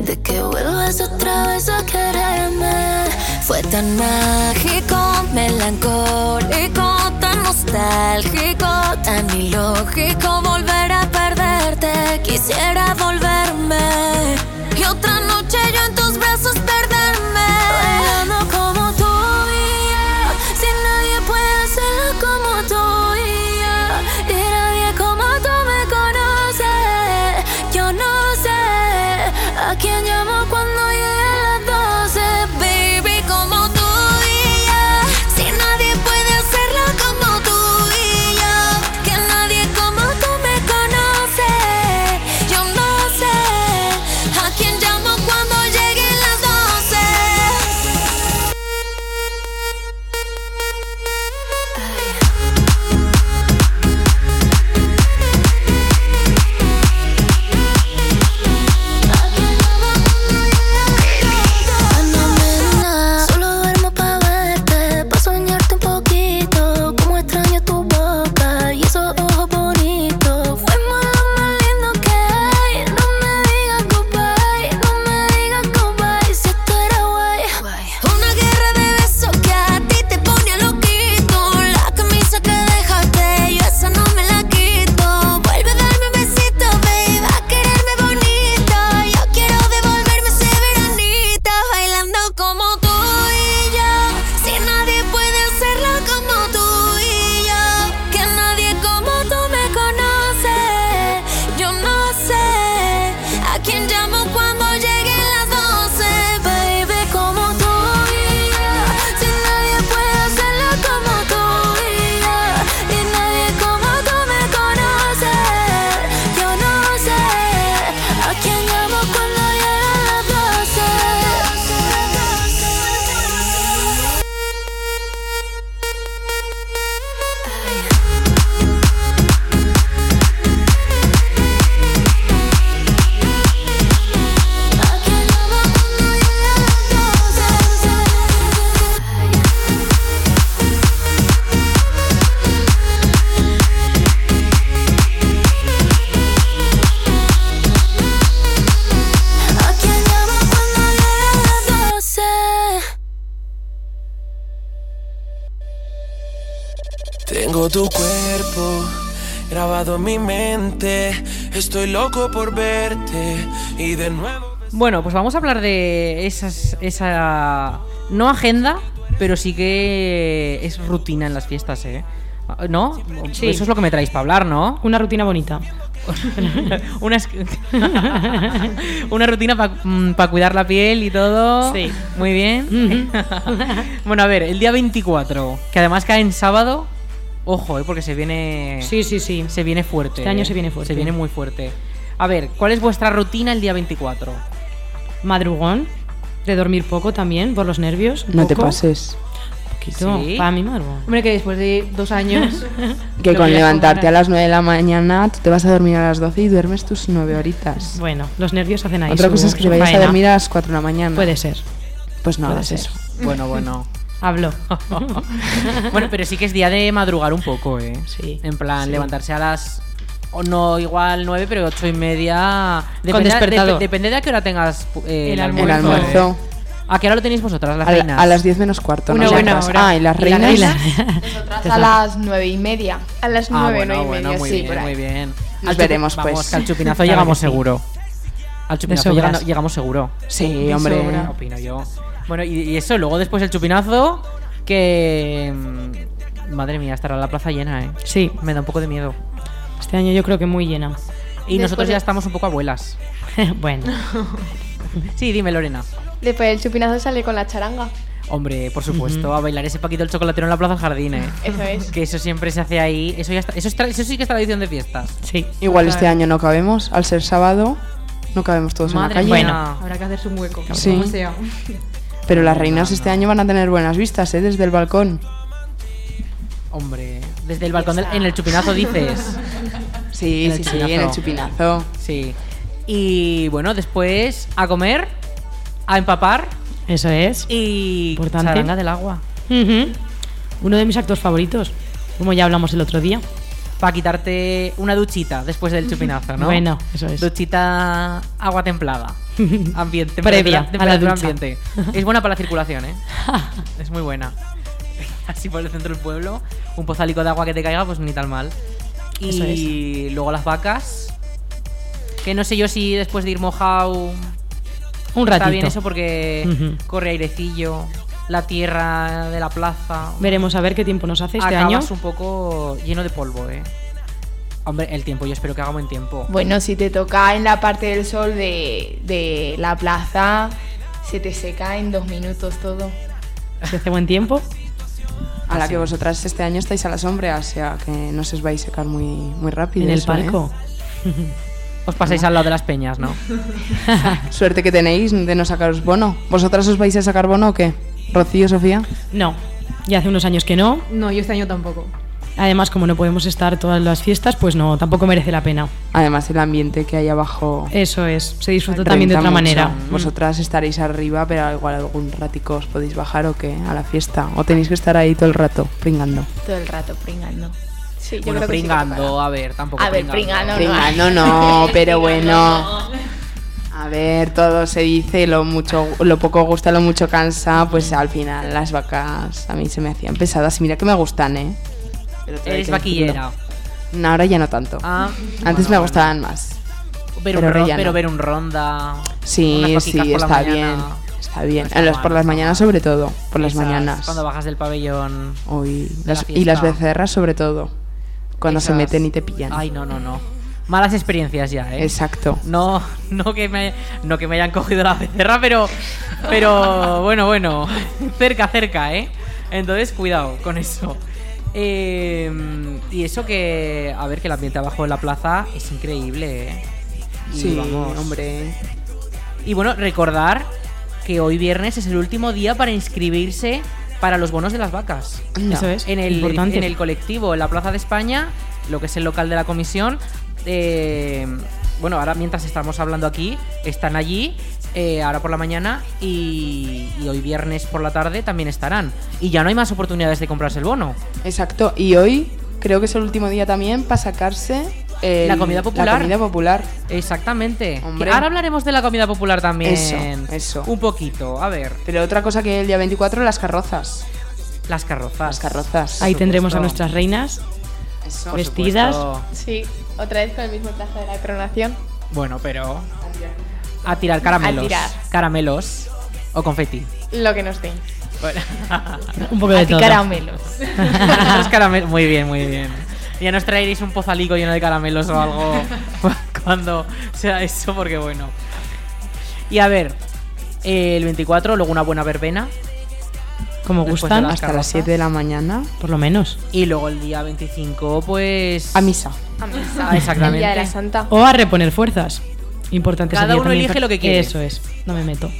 Speaker 1: de que vuelvas otra vez a quererme. Fue tan mágico, melancólico, tan nostálgico, tan ilógico volver a perderte. Quisiera volverme y otra noche yo en tus brazos perderme. Bailando como tú y yo, si nadie puede hacerlo como tú y yo, y nadie como tú me conoce. Yo no sé a quién llamo cuando llegue a las 12, baby, como tú y yo, si nadie puede hacerlo como tú y yo, que nadie como tú me conoce. Yo no sé a quién llamo cuando lleguen las 12.
Speaker 9: Tengo tu cuerpo grabado en mi mente. Estoy loco por verte y de nuevo.
Speaker 2: Bueno, pues vamos a hablar de esas, esa. No agenda, pero sí que es rutina en las fiestas, ¿eh? ¿No?
Speaker 4: Sí.
Speaker 2: Eso es lo que me traéis para hablar, ¿no?
Speaker 4: Una rutina bonita.
Speaker 2: una, es- una rutina para cuidar la piel y todo.
Speaker 4: Sí.
Speaker 2: Muy bien. bueno, a ver, el día 24, que además cae en sábado. Ojo, ¿eh? porque se viene.
Speaker 4: Sí, sí, sí.
Speaker 2: Se viene fuerte.
Speaker 4: Este año
Speaker 2: ¿eh?
Speaker 4: se viene fuerte.
Speaker 2: Se viene muy fuerte. A ver, ¿cuál es vuestra rutina el día 24?
Speaker 4: Madrugón, de dormir poco también, por los nervios. un
Speaker 3: No te
Speaker 4: poco.
Speaker 3: pases.
Speaker 4: Un poquito.
Speaker 3: Sí.
Speaker 4: Para mi madrugón.
Speaker 13: Hombre, que después de dos años.
Speaker 3: Que
Speaker 4: Lo
Speaker 3: con
Speaker 4: que ya
Speaker 3: levantarte
Speaker 4: comerás.
Speaker 3: a las 9 de la mañana, tú te vas a dormir a las 12 y duermes tus 9 horitas.
Speaker 4: Bueno, los nervios hacen ahí.
Speaker 3: Otra
Speaker 4: su-
Speaker 3: cosa es que
Speaker 4: su
Speaker 3: te vayas a
Speaker 4: faena.
Speaker 3: dormir a las 4 de la mañana.
Speaker 4: Puede ser.
Speaker 3: Pues no
Speaker 4: Puede
Speaker 3: hagas
Speaker 4: ser.
Speaker 3: eso.
Speaker 2: Bueno, bueno.
Speaker 4: Hablo.
Speaker 2: bueno, pero sí que es día de madrugar un poco, ¿eh?
Speaker 4: Sí.
Speaker 2: En plan,
Speaker 4: Sí.
Speaker 2: levantarse a las. O no igual nueve, pero ocho y media.
Speaker 4: Con despertador.
Speaker 2: dep- depende de a qué hora tengas eh,
Speaker 3: El almuerzo. El almuerzo.
Speaker 2: ¿eh? ¿A qué hora lo tenéis vosotras, las
Speaker 3: a,
Speaker 2: reinas?
Speaker 3: la- a las 10 menos cuarto.
Speaker 2: Una
Speaker 3: nosotras.
Speaker 2: buena hora.
Speaker 3: Ah, y las
Speaker 2: ¿Y las
Speaker 3: reinas.
Speaker 2: reinas?
Speaker 6: Nosotras a las nueve y media.
Speaker 14: A las
Speaker 2: Ah,
Speaker 6: nueve,
Speaker 2: bueno,
Speaker 6: nueve y
Speaker 2: bueno,
Speaker 6: media,
Speaker 2: muy
Speaker 6: sí, por
Speaker 2: bien,
Speaker 6: ahí.
Speaker 2: muy bien.
Speaker 3: Nos
Speaker 2: chupi-
Speaker 3: veremos,
Speaker 2: vamos,
Speaker 3: pues.
Speaker 2: que al chupinazo
Speaker 3: Claro
Speaker 2: llegamos
Speaker 3: que sí.
Speaker 2: seguro. Al chupinazo
Speaker 3: sobras.
Speaker 2: llegando- llegamos seguro. Eh,
Speaker 3: Sí, De hombre. sobra.
Speaker 2: Opino yo. Bueno, y, y eso, luego después el chupinazo, que... mm, Madre mía, estará la plaza llena, ¿eh?
Speaker 4: Sí.
Speaker 2: Me da un poco de miedo.
Speaker 4: Este año yo creo que muy llena.
Speaker 2: Y nosotros
Speaker 14: de-
Speaker 2: ya estamos un poco abuelas.
Speaker 4: bueno.
Speaker 2: Sí, dime, Lorena.
Speaker 14: Después el chupinazo sale con la charanga.
Speaker 2: Hombre, por supuesto, a bailar ese paquito del chocolatero en la plaza del jardín, ¿eh?
Speaker 14: Eso es.
Speaker 2: Que eso siempre se hace ahí. Eso, ya está- eso, es tra- eso sí que es tradición de fiestas.
Speaker 4: Sí.
Speaker 3: Igual este año no cabemos. Al ser sábado, no cabemos todos
Speaker 13: Madre
Speaker 3: en la
Speaker 13: mía,
Speaker 3: calle.
Speaker 13: habrá que hacerse un hueco.
Speaker 3: Sí.
Speaker 13: Como sea.
Speaker 3: Pero las reinas este año van a tener buenas vistas, ¿eh? Desde el balcón.
Speaker 2: Hombre, desde el balcón, del- en el chupinazo dices.
Speaker 3: Sí,
Speaker 2: En
Speaker 3: sí,
Speaker 2: el
Speaker 3: sí, en el chupinazo.
Speaker 2: Sí. Y bueno, después a comer, a empapar
Speaker 4: Eso es.
Speaker 2: y
Speaker 4: Importante.
Speaker 2: charanga del agua.
Speaker 4: Ujú. Uno de mis actos favoritos, como ya hablamos el otro día.
Speaker 2: Para quitarte una duchita después del chupinazo, ¿no?
Speaker 4: Bueno, eso es.
Speaker 2: Duchita agua templada. Ambiente.
Speaker 4: Previa a
Speaker 2: temperatura-
Speaker 4: la
Speaker 2: temperatura
Speaker 4: ducha.
Speaker 2: ambiente. Es buena para la circulación, ¿eh? es muy buena. Así por el centro del pueblo, un pozalico de agua que te caiga, pues ni tal mal.
Speaker 4: Eso
Speaker 2: Y luego las vacas. Que no sé yo si después de ir mojado.
Speaker 4: Un
Speaker 2: Está
Speaker 4: ratito.
Speaker 2: bien eso porque
Speaker 4: Ujú.
Speaker 2: corre airecillo, la tierra de la plaza.
Speaker 4: Veremos a ver qué tiempo nos hace este año.
Speaker 2: Acabas un poco lleno de polvo, ¿eh? Hombre, el tiempo, yo espero que haga buen tiempo.
Speaker 6: Bueno, si te toca en la parte del sol de, de la plaza, se te seca en dos minutos todo.
Speaker 4: Si hace buen tiempo.
Speaker 3: A
Speaker 2: Ah,
Speaker 3: la
Speaker 4: Así.
Speaker 3: que vosotras este año estáis a la sombra, o sea que no se os vais a secar muy, muy rápido.
Speaker 4: En el
Speaker 3: eso, ¿eh?
Speaker 4: palco.
Speaker 2: Os pasáis al lado de las peñas, ¿no?
Speaker 3: Suerte que tenéis de no sacaros bono. ¿Vosotras os vais a sacar bono o qué? ¿Rocío, Sofía?
Speaker 4: No, ya hace unos años que no.
Speaker 13: No, yo este año tampoco.
Speaker 4: Además, como no podemos estar todas las fiestas, pues no, tampoco merece la pena.
Speaker 3: Además, el ambiente que hay abajo.
Speaker 4: Eso es, se disfruta también de otra
Speaker 3: renta mucho.
Speaker 4: manera.
Speaker 2: Mm.
Speaker 3: Vosotras estaréis arriba, pero igual algún ratico os podéis bajar o qué, a la fiesta. O tenéis que estar ahí todo el rato, pringando.
Speaker 6: Todo el rato pringando.
Speaker 14: Sí, yo
Speaker 2: bueno,
Speaker 14: creo que sí que
Speaker 2: pringando, a ver, tampoco.
Speaker 6: A ver, pringando no.
Speaker 3: Pringando no, pero bueno. A ver, todo se dice, lo mucho, lo poco gusta, lo mucho cansa,
Speaker 2: Mm.
Speaker 3: pues al final las vacas a mí se me hacían pesadas y mira que me gustan, ¿eh? Pero todo hay
Speaker 2: Eres
Speaker 3: que decirlo.
Speaker 2: vaquillera.
Speaker 3: No, ahora ya no tanto.
Speaker 2: Ah,
Speaker 3: Antes
Speaker 2: bueno,
Speaker 3: me gustaban más.
Speaker 2: Pero, un
Speaker 3: ahora
Speaker 2: ro-
Speaker 3: ya
Speaker 2: pero
Speaker 3: no.
Speaker 2: ver un ronda. unas
Speaker 3: Sí,
Speaker 2: vaquicas
Speaker 3: sí,
Speaker 2: por la
Speaker 3: está
Speaker 2: mañana.
Speaker 3: bien. Está bien.
Speaker 2: está
Speaker 3: En los-
Speaker 2: mal,
Speaker 3: por las mañanas sobre todo, por las
Speaker 2: Esas,
Speaker 3: mañanas.
Speaker 2: Cuando bajas del pabellón.
Speaker 3: Uy,
Speaker 2: de la
Speaker 3: las- y las
Speaker 2: fiesta.
Speaker 3: becerras sobre todo, cuando se
Speaker 2: Esas.
Speaker 3: meten y te pillan.
Speaker 2: Ay, no, no, no. Malas experiencias ya, ¿eh?
Speaker 3: Exacto.
Speaker 2: No, no que me, no que me hayan cogido la becerra, pero, pero bueno, bueno, cerca, cerca, ¿eh? Entonces, cuidado con eso. Eh, y eso que, a ver, que el ambiente abajo de la plaza es increíble, ¿eh? Y
Speaker 3: Sí,
Speaker 2: vamos.
Speaker 3: hombre.
Speaker 2: Y bueno, recordar que hoy viernes es el último día para inscribirse para los bonos de las vacas.
Speaker 4: Anda. Eso es,
Speaker 2: En el,
Speaker 4: importante.
Speaker 2: en el colectivo, en la Plaza de España, lo que es el local de la comisión. eh, bueno, ahora mientras estamos hablando aquí, están allí, eh, ahora por la mañana y, y hoy viernes por la tarde también estarán. Y ya no hay más oportunidades de comprarse el bono.
Speaker 3: Exacto. Y hoy creo que es el último día también para sacarse el-
Speaker 2: La comida popular.
Speaker 3: comida popular.
Speaker 2: Exactamente.
Speaker 3: Hombre.
Speaker 2: Ahora hablaremos de la comida popular también.
Speaker 3: Eso, eso.
Speaker 2: Un poquito, a ver.
Speaker 3: Pero otra cosa que el día 24, las carrozas.
Speaker 2: Las carrozas.
Speaker 3: Las carrozas.
Speaker 4: Ahí tendremos a nuestras reinas
Speaker 3: Eso.
Speaker 6: Por
Speaker 4: vestidas.
Speaker 6: Sí, otra vez con el mismo trazo de la coronación.
Speaker 2: Bueno, pero. A tirar caramelos.
Speaker 6: A tirar.
Speaker 2: Caramelos. O confeti.
Speaker 6: Lo que nos den.
Speaker 4: Un poco de
Speaker 6: Así
Speaker 4: todo.
Speaker 6: caramelos.
Speaker 2: Los caramelos. Muy bien, muy bien. Ya nos traeréis un pozalico lleno de caramelos o algo cuando sea eso, porque bueno. Y a ver, eh, el 24, luego una buena verbena.
Speaker 4: Como
Speaker 2: Después de
Speaker 4: gustan.
Speaker 2: las Hasta las carrozas. 7
Speaker 4: de la mañana. Por lo menos.
Speaker 2: Y luego el día 25, pues.
Speaker 3: A misa.
Speaker 6: A
Speaker 2: misa. Ah, exactamente.
Speaker 6: El día de la Santa.
Speaker 4: O a reponer fuerzas. Importante ese
Speaker 2: Cada
Speaker 4: día
Speaker 2: uno
Speaker 4: también
Speaker 2: elige
Speaker 4: para-
Speaker 2: lo que quiere.
Speaker 4: Eso es. No me meto.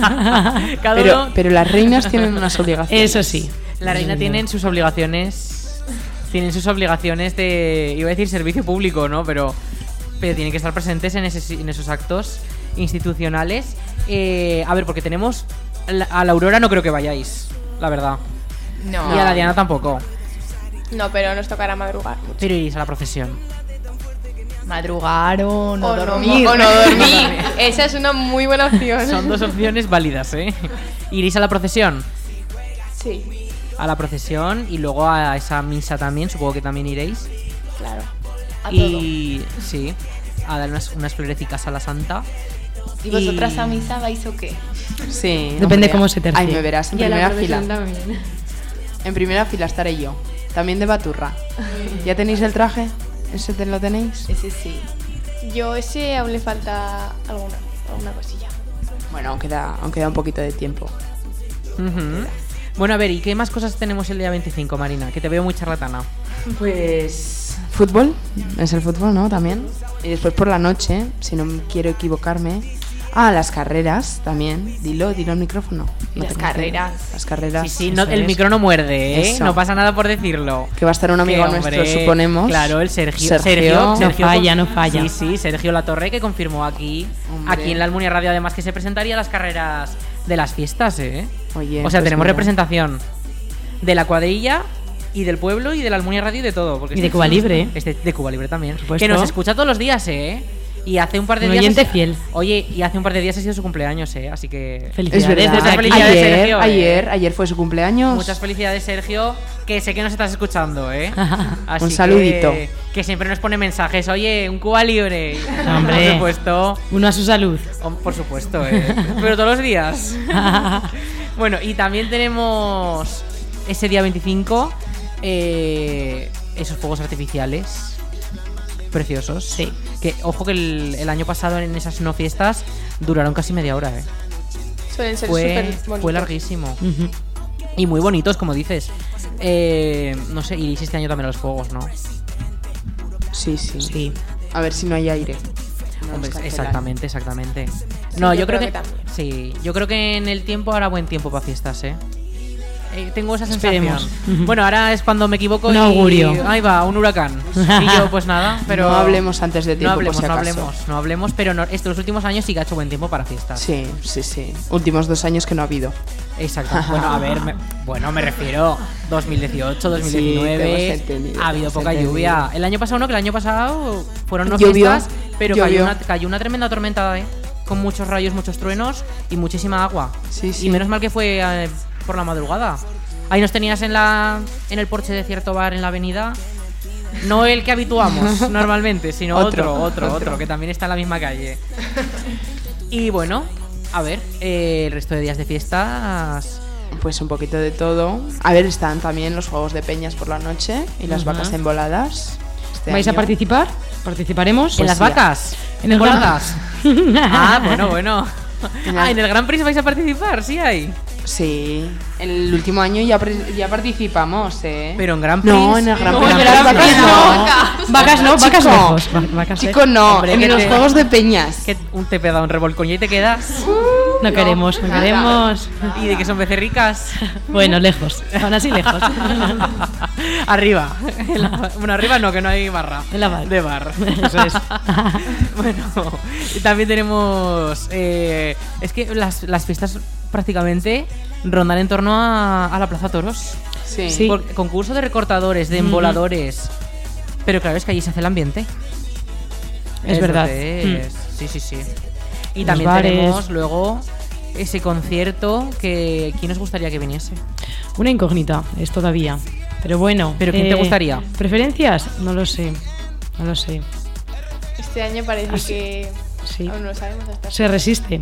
Speaker 2: Cada
Speaker 3: pero,
Speaker 2: uno-
Speaker 3: pero las reinas tienen unas obligaciones.
Speaker 4: Eso sí.
Speaker 2: La reina tienen sus obligaciones. Tienen sus obligaciones de. Iba a decir servicio público, ¿no? Pero. Pero tienen que estar presentes en, ese- en esos actos institucionales. Eh, a ver, porque tenemos. la- A la Aurora no creo que vayáis, la verdad.
Speaker 6: No.
Speaker 2: Y a la Diana tampoco.
Speaker 6: No, pero nos tocará madrugar.
Speaker 2: Pero iréis a la procesión.
Speaker 15: Madrugar o no
Speaker 6: O no-
Speaker 15: dormir.
Speaker 6: o no dormir. Esa es una muy buena opción.
Speaker 2: Son dos opciones válidas, ¿eh? Iréis a la procesión.
Speaker 6: Sí,
Speaker 2: A la procesión y luego a esa misa también, supongo que también iréis.
Speaker 6: claro. A
Speaker 2: y sí, a dar unas, unas florecicas a la santa.
Speaker 15: ¿Y vosotras a misa vais o qué?
Speaker 3: Sí.
Speaker 4: Depende
Speaker 3: hombre.
Speaker 4: cómo se tercie.
Speaker 3: Ay, me verás en
Speaker 15: Y a la
Speaker 3: primera
Speaker 15: profesión
Speaker 3: fila.
Speaker 15: también.
Speaker 3: En primera fila estaré yo. También de Baturra. ¿Ya tenéis el traje? ¿Ese te lo tenéis?
Speaker 15: Ese sí.
Speaker 6: Yo ese aún le falta alguna, alguna cosilla.
Speaker 3: Bueno, aún queda, aún queda un poquito de tiempo.
Speaker 2: Ujú. Bueno, a ver, ¿y qué más cosas tenemos el día 25, Marina? Que te veo muy charlatana.
Speaker 3: Pues. Fútbol, es el fútbol, ¿no? También. Y después por la noche, si no quiero equivocarme. Ah, las carreras también. Dilo, dilo al micrófono.
Speaker 15: Y
Speaker 3: No
Speaker 15: las
Speaker 3: te emociones.
Speaker 15: carreras.
Speaker 3: Las carreras.
Speaker 2: Sí, sí, no-
Speaker 3: eso
Speaker 2: el
Speaker 3: es.
Speaker 2: micro no muerde, ¿eh?
Speaker 3: Eso.
Speaker 2: No pasa nada por decirlo.
Speaker 3: Que va a estar un amigo
Speaker 2: Que,
Speaker 3: nuestro,
Speaker 2: hombre,
Speaker 3: suponemos.
Speaker 2: Claro, el Sergio.
Speaker 3: Sergio. No falla,
Speaker 4: no falla.
Speaker 2: Sí, sí, Sergio Latorre que confirmó aquí,
Speaker 3: Hombre.
Speaker 2: aquí en la Almunia Radio, además que se presentaría a las carreras de las fiestas, ¿eh?
Speaker 3: Oye,
Speaker 2: o sea,
Speaker 3: pues
Speaker 2: tenemos
Speaker 3: mira.
Speaker 2: representación de la cuadrilla y del pueblo y de la Almunia Radio y de todo. Porque
Speaker 4: Y de Cuba Libre. ¿eh?
Speaker 2: Este- de Cuba Libre también.
Speaker 4: supuesto.
Speaker 2: Que nos escucha todos los días, ¿eh? Y hace un par de
Speaker 4: Un
Speaker 2: días.
Speaker 4: oyente fiel.
Speaker 2: Oye, y hace un par de días ha sido su cumpleaños, ¿eh? Así que.
Speaker 3: Es verdad.
Speaker 2: Muchas felicidades,
Speaker 3: ayer,
Speaker 2: Sergio, ¿eh?
Speaker 3: ayer, ayer fue su cumpleaños.
Speaker 2: Muchas felicidades, Sergio, que sé que nos estás escuchando, ¿eh? Así
Speaker 3: Un saludito.
Speaker 2: Que, que siempre nos pone mensajes, oye, un Cuba libre.
Speaker 4: Hombre.
Speaker 2: Por supuesto,
Speaker 4: Uno a su salud.
Speaker 2: hom- por supuesto, ¿eh? Pero todos los días. bueno, y también tenemos ese día 25, eh, esos fuegos artificiales preciosos. Sí. Que, ojo, que el, el año pasado en esas no fiestas duraron casi media hora, ¿eh?
Speaker 6: Suelen ser súper
Speaker 2: Fue,
Speaker 6: bonitos.
Speaker 2: fue larguísimo. Y muy bonitos, como dices. Eh, no sé, iréis este año también a los juegos, ¿no?
Speaker 3: Sí, sí,
Speaker 2: Sí.
Speaker 3: A ver si no hay aire. No nos
Speaker 2: Hombre,
Speaker 3: cancelan.
Speaker 2: exactamente, exactamente. no, yo, creo, que,
Speaker 6: también.
Speaker 2: sí, yo creo que en el tiempo hará buen tiempo para fiestas, ¿eh? Eh, tengo esa sensación.
Speaker 4: Esperemos. Ujú.
Speaker 2: Bueno, ahora es cuando me equivoco
Speaker 4: Un
Speaker 2: y-
Speaker 4: augurio.
Speaker 2: Ahí va, un huracán. Y yo, pues nada, pero
Speaker 3: No hablemos antes de
Speaker 2: No
Speaker 3: tiempo, por
Speaker 2: hablemos,
Speaker 3: si
Speaker 2: no
Speaker 3: acaso.
Speaker 2: hablemos, no hablemos, pero no- estos últimos años sí que ha hecho buen tiempo para fiestas.
Speaker 3: Sí, sí, sí. Últimos dos años que no ha habido.
Speaker 2: Exacto. Bueno, a ver, me- bueno, me refiero 2018,
Speaker 3: Sí, te hemos
Speaker 2: 2019.
Speaker 3: entendido, te
Speaker 2: ha habido
Speaker 3: hemos
Speaker 2: poca
Speaker 3: entendido.
Speaker 2: lluvia. El año pasado no, que el año pasado fueron no
Speaker 3: Llovió,
Speaker 2: fiestas, pero cayó
Speaker 3: llovió.
Speaker 2: una, cayó una tremenda tormenta, ¿eh? Con muchos rayos, muchos truenos y muchísima agua.
Speaker 3: Sí, sí.
Speaker 2: Y menos mal que fue eh, por la madrugada. Ahí nos tenías en la en el porche de cierto bar en la avenida. No el que habituamos normalmente, sino
Speaker 3: Otro,
Speaker 2: otro, otro, otro,
Speaker 3: otro.
Speaker 2: que también está en la misma calle. Y bueno, a ver, eh, el resto de días de fiestas.
Speaker 3: Pues un poquito de todo. A ver, están también los juegos de peñas por la noche y las
Speaker 4: Ajá.
Speaker 3: vacas envoladas. este
Speaker 4: ¿Vais a
Speaker 3: año.
Speaker 4: participar? ¿Participaremos?
Speaker 2: ¿En las
Speaker 3: Pues ya.
Speaker 2: vacas?
Speaker 4: En el Gran-
Speaker 2: voladas? ah, bueno, bueno.
Speaker 3: En la-
Speaker 2: Ah, en el Gran Prix vais a participar, sí hay.
Speaker 3: Sí. El último año ya, pre- ya participamos, ¿eh?
Speaker 2: Pero en Gran Prix.
Speaker 3: no, en el Gran
Speaker 2: No,
Speaker 3: Prix.
Speaker 2: en el
Speaker 3: las
Speaker 2: Gran Prix
Speaker 3: vacas no.
Speaker 4: Vacas no, vacas
Speaker 3: Chico.
Speaker 4: lejos. Va- Vacas ¿eh?
Speaker 3: Chico, no.
Speaker 2: Hombre, que
Speaker 3: en los
Speaker 2: te-
Speaker 3: juegos de peñas. Uh,
Speaker 2: Que un te pega un revolcón y ahí te quedas.
Speaker 4: lejos. No queremos, no
Speaker 3: nada.
Speaker 4: queremos.
Speaker 2: y de que son becerricas.
Speaker 4: Bueno, lejos. Aún así lejos.
Speaker 2: arriba. En la- bueno, arriba no, que no hay barra.
Speaker 4: En la bar.
Speaker 2: De bar.
Speaker 4: Eso es.
Speaker 2: bueno, y también tenemos. eh, es que las, las fiestas prácticamente rondan en torno a, a la Plaza Toros.
Speaker 3: Sí.
Speaker 4: Sí. Mm.
Speaker 2: Por- concurso de recortadores, de emboladores. Pero claro, es que allí se hace el ambiente.
Speaker 4: Es
Speaker 2: lo
Speaker 4: verdad.
Speaker 2: que
Speaker 4: Mm.
Speaker 2: es. Sí, sí, sí. Y
Speaker 4: Los
Speaker 2: también
Speaker 4: bares.
Speaker 2: tenemos luego ese concierto que. ¿Quién os gustaría que viniese?
Speaker 4: Una incógnita es todavía. Pero bueno. eh,
Speaker 2: ¿Pero quién te gustaría?
Speaker 4: ¿Preferencias? No lo sé. No lo sé.
Speaker 16: Este año parece que aún no lo sabemos hasta
Speaker 4: Se resiste.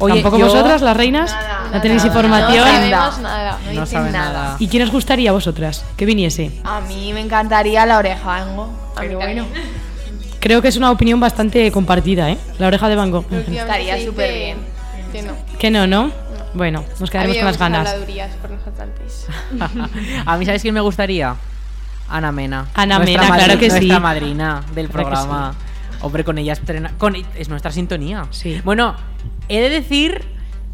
Speaker 2: Oye,
Speaker 4: Tampoco
Speaker 2: yo-
Speaker 4: vosotras, las reinas, no tenéis información.
Speaker 6: No sabemos nada, no,
Speaker 2: No
Speaker 6: dicen
Speaker 2: sabe
Speaker 6: nada.
Speaker 2: nada.
Speaker 4: ¿Y quién os gustaría a vosotras que viniese?
Speaker 6: A mí me encantaría la oreja Van Pero bueno,
Speaker 4: Creo que es una opinión bastante compartida, ¿eh? La oreja de Van Gogh.
Speaker 6: estaría súper bien.
Speaker 16: que no.
Speaker 4: Que no, ¿no? Bueno, nos quedaremos
Speaker 16: Había
Speaker 4: con las
Speaker 16: muchas
Speaker 4: ganas.
Speaker 16: habladurías por nosotras antes.
Speaker 2: A mí, ¿sabéis quién me gustaría? Ana Mena.
Speaker 4: Ana
Speaker 2: Nuestra
Speaker 4: Mena, claro que sí.
Speaker 2: Nuestra madrina
Speaker 4: Claro
Speaker 2: del
Speaker 4: que
Speaker 2: programa. Hombre, con ella estrena- con, e-, es nuestra sintonía. Bueno, he de decir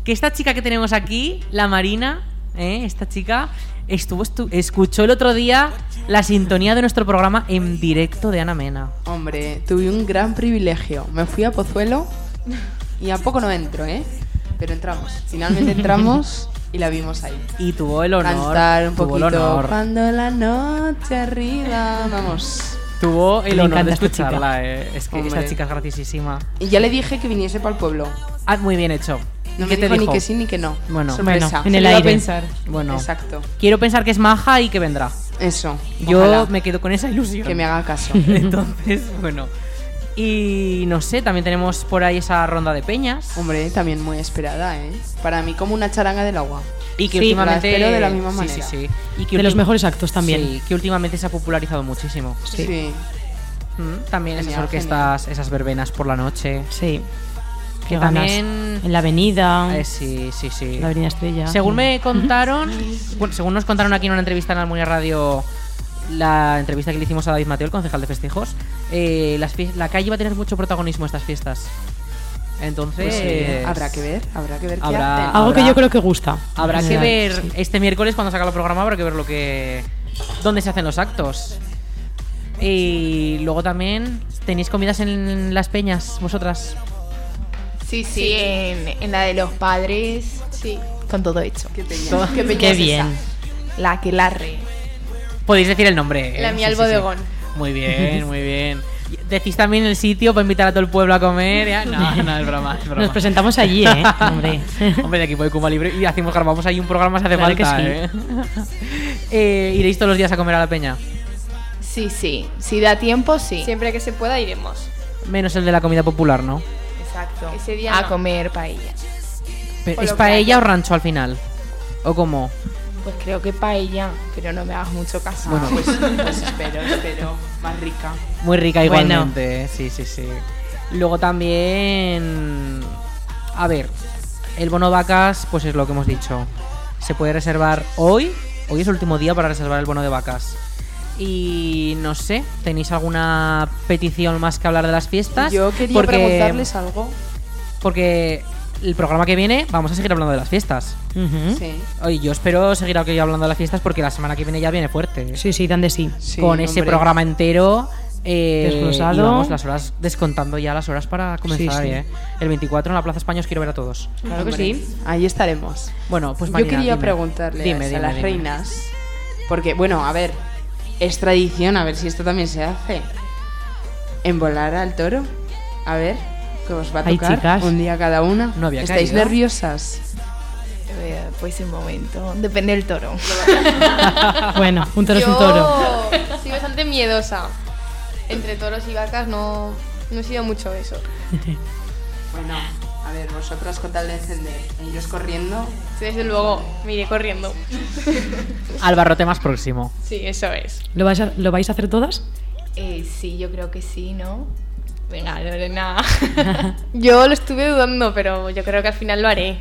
Speaker 2: que esta chica que tenemos aquí, la Marina, ¿eh? esta chica, estuvo estu- escuchó el otro día la sintonía de nuestro programa en directo de Ana Mena.
Speaker 3: Hombre, tuve un gran privilegio. Me fui a Pozuelo y a poco no entro, ¿eh? Pero entramos. Finalmente entramos y la vimos ahí.
Speaker 2: Y tuvo el honor.
Speaker 3: Cantar un
Speaker 2: tuvo el
Speaker 3: poquito.
Speaker 2: honor.
Speaker 3: Cuando la noche arriba, vamos.
Speaker 2: Tuvo el
Speaker 3: Me
Speaker 2: honor de
Speaker 3: encanta esta
Speaker 2: escucharla.
Speaker 3: chica.
Speaker 2: eh. Es que
Speaker 3: Hombre.
Speaker 2: esta chica es graciosísima.
Speaker 3: Y ya le dije que viniese para el pueblo.
Speaker 2: Ah, muy bien hecho.
Speaker 3: No me
Speaker 2: ¿Y qué te
Speaker 3: dijo ni
Speaker 2: dijo?
Speaker 3: que sí ni que no.
Speaker 2: Bueno,
Speaker 3: Sorpresa.
Speaker 2: bueno,
Speaker 3: Se
Speaker 2: en
Speaker 3: lo
Speaker 2: el
Speaker 3: iba a
Speaker 2: aire.
Speaker 3: pensar.
Speaker 2: Bueno.
Speaker 3: Exacto.
Speaker 2: Quiero pensar que es maja y que vendrá.
Speaker 3: Eso.
Speaker 2: Yo
Speaker 3: ojalá.
Speaker 2: me quedo con esa ilusión.
Speaker 3: Que me haga caso.
Speaker 2: Entonces, bueno. Y no sé, también tenemos por ahí esa ronda de peñas.
Speaker 3: Hombre, también muy esperada, ¿eh? Para mí como una charanga del agua.
Speaker 2: Y que
Speaker 3: Sí,
Speaker 2: últimamente.
Speaker 3: la espero de la misma
Speaker 2: sí,
Speaker 3: manera.
Speaker 2: sí, sí. Y
Speaker 4: De los
Speaker 2: últim-
Speaker 4: mejores actos también.
Speaker 2: Sí, que últimamente se ha popularizado muchísimo.
Speaker 4: Sí.
Speaker 3: Sí.
Speaker 2: Mm, también esas
Speaker 4: Genial,
Speaker 2: orquestas, esas verbenas por la noche.
Speaker 4: Sí.
Speaker 2: Que
Speaker 4: Qué ganas.
Speaker 2: también.
Speaker 4: En la avenida.
Speaker 2: Eh, sí, sí, sí.
Speaker 4: La Avenida Estrella.
Speaker 2: Según
Speaker 4: Mm.
Speaker 2: me contaron, bueno, según nos contaron aquí en una entrevista en Almunia Radio, la entrevista que le hicimos a David Mateo, el concejal de festejos, eh, las fie- la calle va a tener mucho protagonismo estas fiestas. Entonces,
Speaker 3: Pues sí, habrá que ver, habrá que ver qué
Speaker 2: habrá-
Speaker 3: hacen.
Speaker 4: Algo que
Speaker 2: habrá-
Speaker 4: yo creo que gusta.
Speaker 2: Habrá
Speaker 4: En
Speaker 2: que
Speaker 4: general, sí.
Speaker 2: ver este miércoles cuando saca el programa, habrá que ver lo que dónde se hacen los actos. Y luego también tenéis comidas en las peñas vosotras.
Speaker 6: Sí, sí, En, en la de los padres. Sí. Con todo hecho. Qué,
Speaker 2: Todo- Qué bien.
Speaker 6: La que la re.
Speaker 2: Podéis decir el nombre. ¿eh?
Speaker 6: La mía
Speaker 2: Sí,
Speaker 6: al
Speaker 2: sí, sí.
Speaker 6: bodegón.
Speaker 2: Muy bien, muy bien. Decís también el sitio para invitar a todo el pueblo a comer. ¿ya? No, no, es broma, es broma.
Speaker 4: Nos presentamos allí, ¿eh? Hombre.
Speaker 2: Hombre, de equipo de Cuba Libre y hacemos, grabamos ahí un programa si hace
Speaker 4: Claro que
Speaker 2: falta.
Speaker 4: sí.
Speaker 2: ¿eh? Eh, ¿Iréis todos los días a comer a la peña?
Speaker 6: Sí, sí. Si da tiempo, sí. Siempre que se pueda iremos.
Speaker 2: Menos el de la comida popular, ¿no?
Speaker 6: Exacto. Ese día a comer paella.
Speaker 2: Pe-
Speaker 6: O
Speaker 2: ¿Es
Speaker 6: lo que haya.
Speaker 2: paella o rancho al final? ¿O cómo?
Speaker 6: Pues creo que paella, pero no me hagas mucho caso.
Speaker 2: Bueno, pues-
Speaker 3: Pues espero, espero. Más rica.
Speaker 2: Muy rica
Speaker 3: Bueno.
Speaker 2: igualmente, ¿eh? sí, sí, sí. Luego también... A ver, el bono vacas, pues es lo que hemos dicho. Se puede reservar hoy. Hoy es el último día para reservar el bono de vacas. Y no sé, ¿tenéis alguna petición más que hablar de las fiestas?
Speaker 3: Yo quería
Speaker 2: Porque-
Speaker 3: preguntarles algo.
Speaker 2: Porque el programa que viene vamos a seguir hablando de las fiestas.
Speaker 3: Sí.
Speaker 2: Oye, yo espero seguir aquí hablando de las fiestas porque la semana que viene ya viene fuerte. ¿eh?
Speaker 4: Sí, sí, dan de sí.
Speaker 2: con ese programa entero eh,
Speaker 4: Desglosado.
Speaker 2: y vamos las horas descontando ya las horas para comenzar
Speaker 4: Sí, sí.
Speaker 2: ¿eh? el 24 en la Plaza España os quiero ver a todos
Speaker 3: Claro que Hombre, sí. Ahí estaremos.
Speaker 2: bueno pues
Speaker 3: Yo
Speaker 2: Marina,
Speaker 3: quería
Speaker 2: dime.
Speaker 3: preguntarle
Speaker 2: Dime,
Speaker 3: a
Speaker 2: dime,
Speaker 3: las
Speaker 2: dime.
Speaker 3: reinas, porque bueno, a ver, es tradición, a ver si esto también se hace. En volar al toro, a ver, que os va a
Speaker 4: Ay,
Speaker 3: tocar
Speaker 4: chicas.
Speaker 3: un día cada una.
Speaker 2: No había
Speaker 3: ¿Estáis
Speaker 2: caído.
Speaker 3: nerviosas?
Speaker 6: Eh, Pues un momento. Depende del toro.
Speaker 4: Bueno, un toro es un
Speaker 16: Yo
Speaker 4: toro.
Speaker 16: soy bastante miedosa. Entre toros y vacas no, no he sido mucho eso.
Speaker 3: Bueno, a ver, vosotras con tal de encender, ellos corriendo.
Speaker 16: Desde luego, me iré corriendo.
Speaker 2: al barrote más próximo
Speaker 16: Sí, eso es.
Speaker 4: ¿Lo vais, a, ¿Lo vais a hacer todas?
Speaker 6: Eh, sí, yo creo que sí, ¿no? Venga, Lorena.
Speaker 16: Yo lo estuve dudando, pero yo creo que al final lo haré.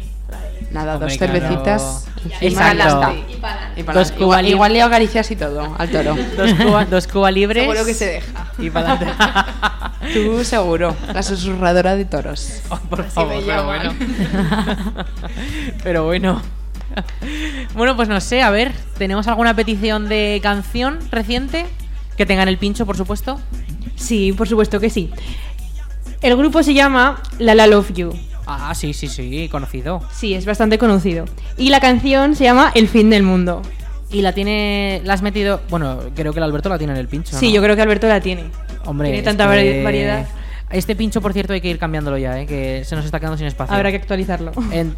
Speaker 3: Nada,
Speaker 2: Hombre,
Speaker 3: dos
Speaker 2: claro.
Speaker 3: cervecitas.
Speaker 2: Y
Speaker 3: encima
Speaker 2: exacto.
Speaker 3: ya está.
Speaker 2: Y
Speaker 3: Y para
Speaker 2: Dos
Speaker 3: adelante.
Speaker 2: Cuba
Speaker 3: igual,
Speaker 2: Libre.
Speaker 3: igual le acaricias y todo al toro.
Speaker 2: dos cuba, dos Cuba libres
Speaker 3: Seguro que se deja.
Speaker 2: y para adelante.
Speaker 3: Tú seguro, la susurradora de toros.
Speaker 2: Oh, por favor, pero bueno. pero bueno. Bueno, pues no sé, a ver, ¿tenemos alguna petición de canción reciente? Que tengan el pincho, por supuesto.
Speaker 17: Sí, por supuesto que sí. El grupo se llama La La Love You.
Speaker 2: Ah, sí, sí, sí, conocido.
Speaker 17: Sí, es bastante conocido. Y la canción se llama El fin del mundo.
Speaker 2: Y la tiene. La has metido. Bueno, creo que el Alberto la tiene en el pincho.
Speaker 17: Sí,
Speaker 2: ¿no?
Speaker 17: yo creo que Alberto la tiene.
Speaker 2: Hombre,
Speaker 17: tiene
Speaker 2: es
Speaker 17: tanta
Speaker 2: que-
Speaker 17: vari- variedad.
Speaker 2: Este pincho, por cierto, hay que ir cambiándolo ya, ¿eh? que se nos está quedando sin espacio.
Speaker 7: Habrá que actualizarlo.
Speaker 2: En-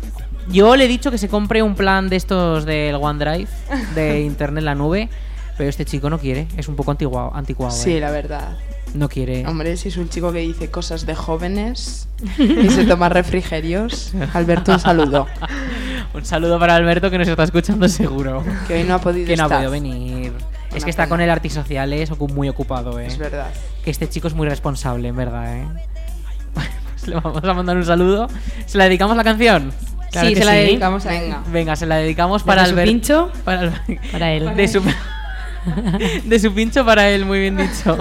Speaker 2: yo le he dicho que se compre un plan de estos del OneDrive, de Internet en la nube, pero este chico no quiere. Es un poco antiguo, anticuado.
Speaker 3: Sí,
Speaker 2: ¿eh?
Speaker 3: la verdad.
Speaker 2: No quiere.
Speaker 3: Hombre, si es un chico que dice cosas de jóvenes y se toma refrigerios. Alberto, un saludo.
Speaker 2: un saludo para Alberto que nos está escuchando seguro.
Speaker 3: Que hoy no ha podido
Speaker 2: Que no ha
Speaker 3: estar.
Speaker 2: podido venir. es
Speaker 3: Una
Speaker 2: que está
Speaker 3: pena.
Speaker 2: con el Artisociales ocu- muy ocupado, ¿eh?
Speaker 3: Es verdad.
Speaker 2: Que este chico es muy responsable, en verdad, ¿eh? Pues le vamos a mandar un saludo. ¿Se la dedicamos la canción? Claro
Speaker 4: Sí,
Speaker 2: que
Speaker 4: se la dedicamos a él.
Speaker 2: Venga. Venga, se la dedicamos para
Speaker 4: Desde su
Speaker 2: Alberto.
Speaker 4: pincho,
Speaker 2: Para, Alber-
Speaker 4: para él.
Speaker 2: De su, de su pincho para él, muy bien dicho.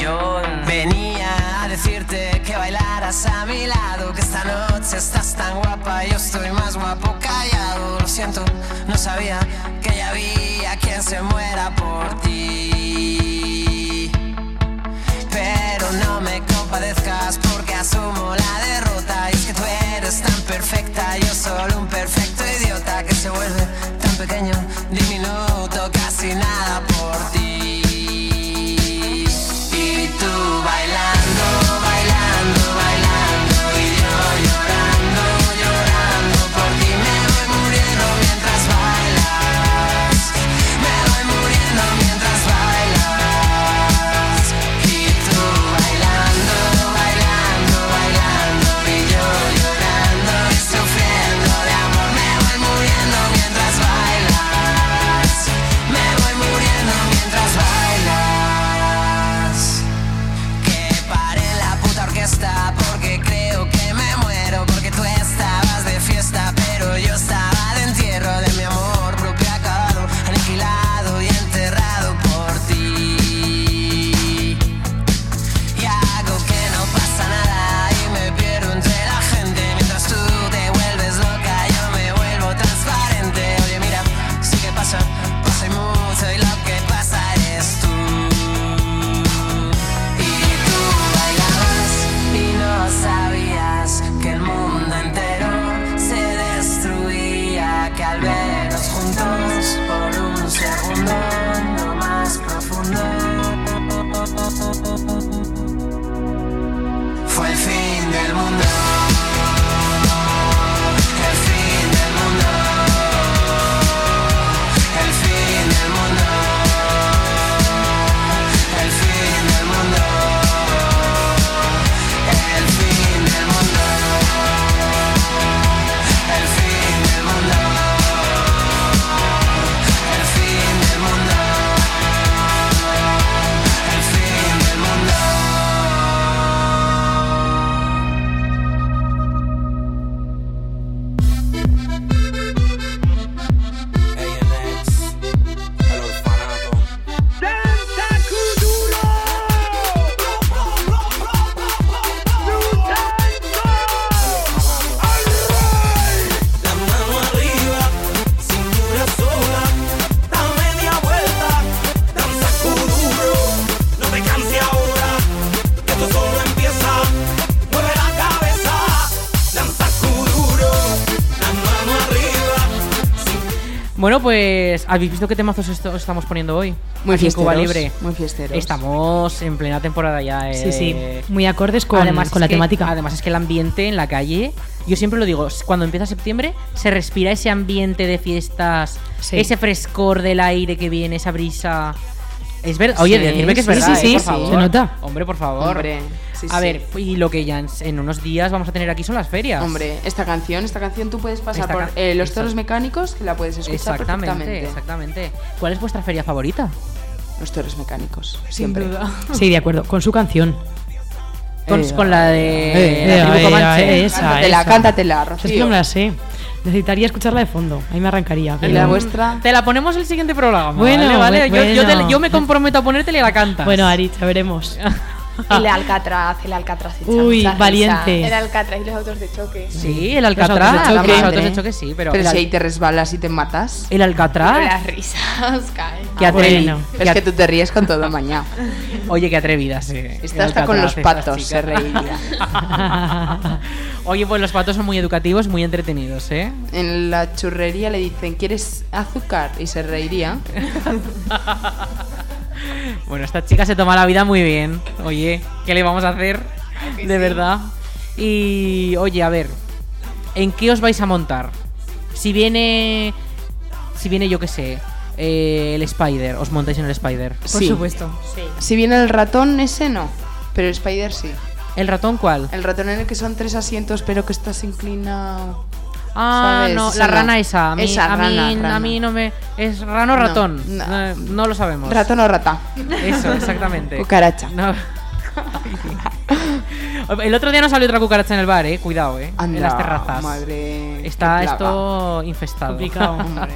Speaker 11: Yo venía a decirte que bailaras a mi lado, que esta noche estás tan guapa, yo estoy más guapo callado. Lo siento, no sabía que ya había quien se muera por ti. Pero no me compadezcas porque asumo la derrota. Y es que tú eres tan perfecta, yo solo un perfecto idiota que se vuelve tan pequeño, diminuto, casi nada por ti. Y tú bailando, bailando, bailando, y yo llorando, llorando, por ti me voy muriendo mientras bailas. Me voy muriendo mientras bailas. Y tú bailando, bailando, bailando, y yo llorando y sufriendo de amor. Me voy muriendo mientras bailas. Me voy muriendo mientras bailas. Que pare la puta orquesta porque creo que me muero Porque tú estabas de fiesta pero yo estaba de entierro De mi amor propio acabado, aniquilado y enterrado por ti Y hago que no pasa nada y me pierdo entre la gente Mientras tú te vuelves loca yo me vuelvo transparente Oye mira, sí que pasa, pasa y mucho y lo que pasa eres tú y tú bailabas y no sabías que el mundo entero se destruía, que al vernos juntos por un segundo lo más profundo fue el fin del mundo. El fin del mundo. El fin del mundo. El fin del mundo. El fin del mundo. El fin del mundo. El fin del mundo. El fin del mundo.
Speaker 18: La mano arriba, sin ni una sola, da media vuelta, danza duro, no te canses ahora, que esto solo empieza, mueve la cabeza, danza duro, la mano arriba.
Speaker 2: Bueno, pues habéis visto qué temazos esto- estamos poniendo hoy.
Speaker 3: Muy
Speaker 2: Aquí en Cuba
Speaker 3: fiesteros,
Speaker 2: Libre.
Speaker 3: muy fiesteros.
Speaker 2: Estamos en plena temporada ya. eh,
Speaker 4: Sí, sí.
Speaker 2: de-
Speaker 4: Muy acordes con- con
Speaker 2: es
Speaker 4: la
Speaker 2: que-
Speaker 4: temática.
Speaker 2: Además es que el ambiente en la calle, yo siempre lo digo, s- cuando empieza septiembre se respira ese ambiente de fiestas,
Speaker 4: Sí.
Speaker 2: ese frescor del aire que viene, esa brisa. Es verdad. Oye,
Speaker 4: Sí,
Speaker 2: decirme que es
Speaker 4: sí, sí,
Speaker 2: verdad.
Speaker 4: sí,
Speaker 2: eh, por
Speaker 4: sí,
Speaker 2: favor.
Speaker 4: se nota.
Speaker 2: Hombre, por favor.
Speaker 3: Hombre, sí,
Speaker 2: a
Speaker 3: sí.
Speaker 2: ver, y lo que ya en, en unos días vamos a tener aquí son las ferias.
Speaker 3: Hombre, esta canción, esta canción tú puedes pasar
Speaker 2: Esta
Speaker 3: por
Speaker 2: ca-
Speaker 3: eh, los
Speaker 2: esta-
Speaker 3: toros mecánicos, que la puedes escuchar
Speaker 2: Exactamente,
Speaker 3: perfectamente.
Speaker 2: exactamente. ¿Cuál es vuestra feria favorita?
Speaker 3: Los toros mecánicos, siempre.
Speaker 2: Hmm.
Speaker 4: Sí, de acuerdo, con su canción.
Speaker 2: Con- con la de- la tribu Comanche.
Speaker 4: esa,
Speaker 3: Cántatela,
Speaker 4: esa.
Speaker 3: cántatela,
Speaker 4: Es
Speaker 3: Rocío.
Speaker 4: que no me la sé. Necesitaría escucharla de fondo. Ahí me arrancaría.
Speaker 2: ¿Y la vuestra? Te la ponemos el siguiente programa.
Speaker 4: Bueno,
Speaker 2: vale, vale.
Speaker 4: bu-
Speaker 2: Yo- Yo, te-
Speaker 4: bueno.
Speaker 2: yo me comprometo a ponértela y la cantas.
Speaker 4: Bueno, Ari, ya veremos.
Speaker 12: El Alcatraz, el Alcatraz. y
Speaker 4: Uy,
Speaker 12: chanzas,
Speaker 4: valiente.
Speaker 6: El Alcatraz y los autos de choque.
Speaker 2: Sí, el Alcatraz.
Speaker 3: Los autos de
Speaker 2: los
Speaker 3: choque.
Speaker 2: autos de choque sí, pero.
Speaker 3: Pero
Speaker 2: el,
Speaker 3: si
Speaker 2: al-
Speaker 3: ahí te resbalas y te matas.
Speaker 2: el Alcatraz.
Speaker 3: Ah,
Speaker 12: Las risas caen.
Speaker 2: Qué
Speaker 6: Ah,
Speaker 2: atrevido.
Speaker 3: Es que tú te ríes con todo mañana.
Speaker 2: Oye, qué atrevida, sí. El
Speaker 3: Está hasta con los
Speaker 2: Alcatraz, esta
Speaker 3: patos,
Speaker 2: chica.
Speaker 3: se reiría.
Speaker 2: Oye, pues los patos son muy educativos, muy entretenidos, ¿eh?
Speaker 3: En la churrería le dicen, ¿quieres azúcar? Y se reiría.
Speaker 2: Bueno, esta chica se toma la vida muy bien. Oye, ¿qué le vamos a hacer? De verdad. Y, oye, a ver, ¿en qué os vais a montar? Si viene, si viene yo qué sé, eh, el Spider, os montáis en el Spider.
Speaker 3: Sí. Si viene el ratón, ese no. Pero el spider sí.
Speaker 2: ¿El ratón cuál?
Speaker 3: El ratón en el que son tres asientos, pero que estás inclinado.
Speaker 2: Ah,
Speaker 3: ¿Sabes?
Speaker 2: no,
Speaker 3: Ese
Speaker 2: la rana esa. A mí,
Speaker 3: Esa
Speaker 2: a mí-
Speaker 3: rana,
Speaker 2: a
Speaker 3: rana.
Speaker 2: mí no me. ¿Es rano o
Speaker 3: No,
Speaker 2: ratón?
Speaker 3: no.
Speaker 2: Eh, no lo sabemos.
Speaker 3: Ratón o rata.
Speaker 2: Eso, exactamente.
Speaker 3: Cucaracha.
Speaker 2: No. El otro día nos salió otra cucaracha en el bar, eh. Cuidado, eh.
Speaker 3: Anda,
Speaker 2: en las terrazas.
Speaker 3: madre,
Speaker 2: Está
Speaker 3: qué plaga.
Speaker 2: esto infestado.
Speaker 4: Complicado,
Speaker 3: hombre.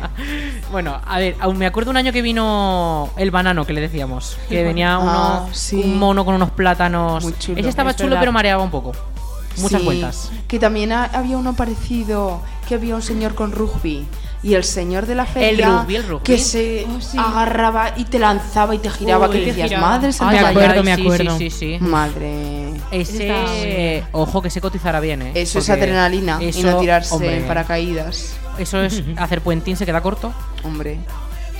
Speaker 2: bueno, a ver, aún me acuerdo un año que vino el banano que le decíamos. Que
Speaker 4: El
Speaker 2: venía
Speaker 4: banano.
Speaker 2: uno,
Speaker 4: Ah, sí.
Speaker 2: un mono con unos plátanos.
Speaker 3: Muy chulo.
Speaker 2: Ese estaba
Speaker 3: Es
Speaker 2: chulo,
Speaker 3: verdad.
Speaker 2: pero mareaba un poco. Muchas
Speaker 3: Sí,
Speaker 2: vueltas.
Speaker 3: Que también ha- había uno parecido, que había un señor con rugby. Y el señor de la feria
Speaker 2: rugby, el rugby. Oh,
Speaker 3: que se agarraba y te lanzaba y te giraba,
Speaker 2: Uy,
Speaker 3: que
Speaker 2: te
Speaker 3: decías,
Speaker 2: giraba.
Speaker 3: madre
Speaker 2: Ay,
Speaker 3: santa,
Speaker 2: me acuerdo, me
Speaker 3: sí,
Speaker 2: acuerdo.
Speaker 3: sí, sí, sí. Madre.
Speaker 2: Ese, eh, ojo, que se cotizará bien, ¿eh?
Speaker 3: Eso es
Speaker 2: Porque
Speaker 3: adrenalina y
Speaker 2: eso,
Speaker 3: no tirarse
Speaker 2: hombre,
Speaker 3: en paracaídas.
Speaker 2: Eso es hacer puentín, se queda corto.
Speaker 3: Hombre.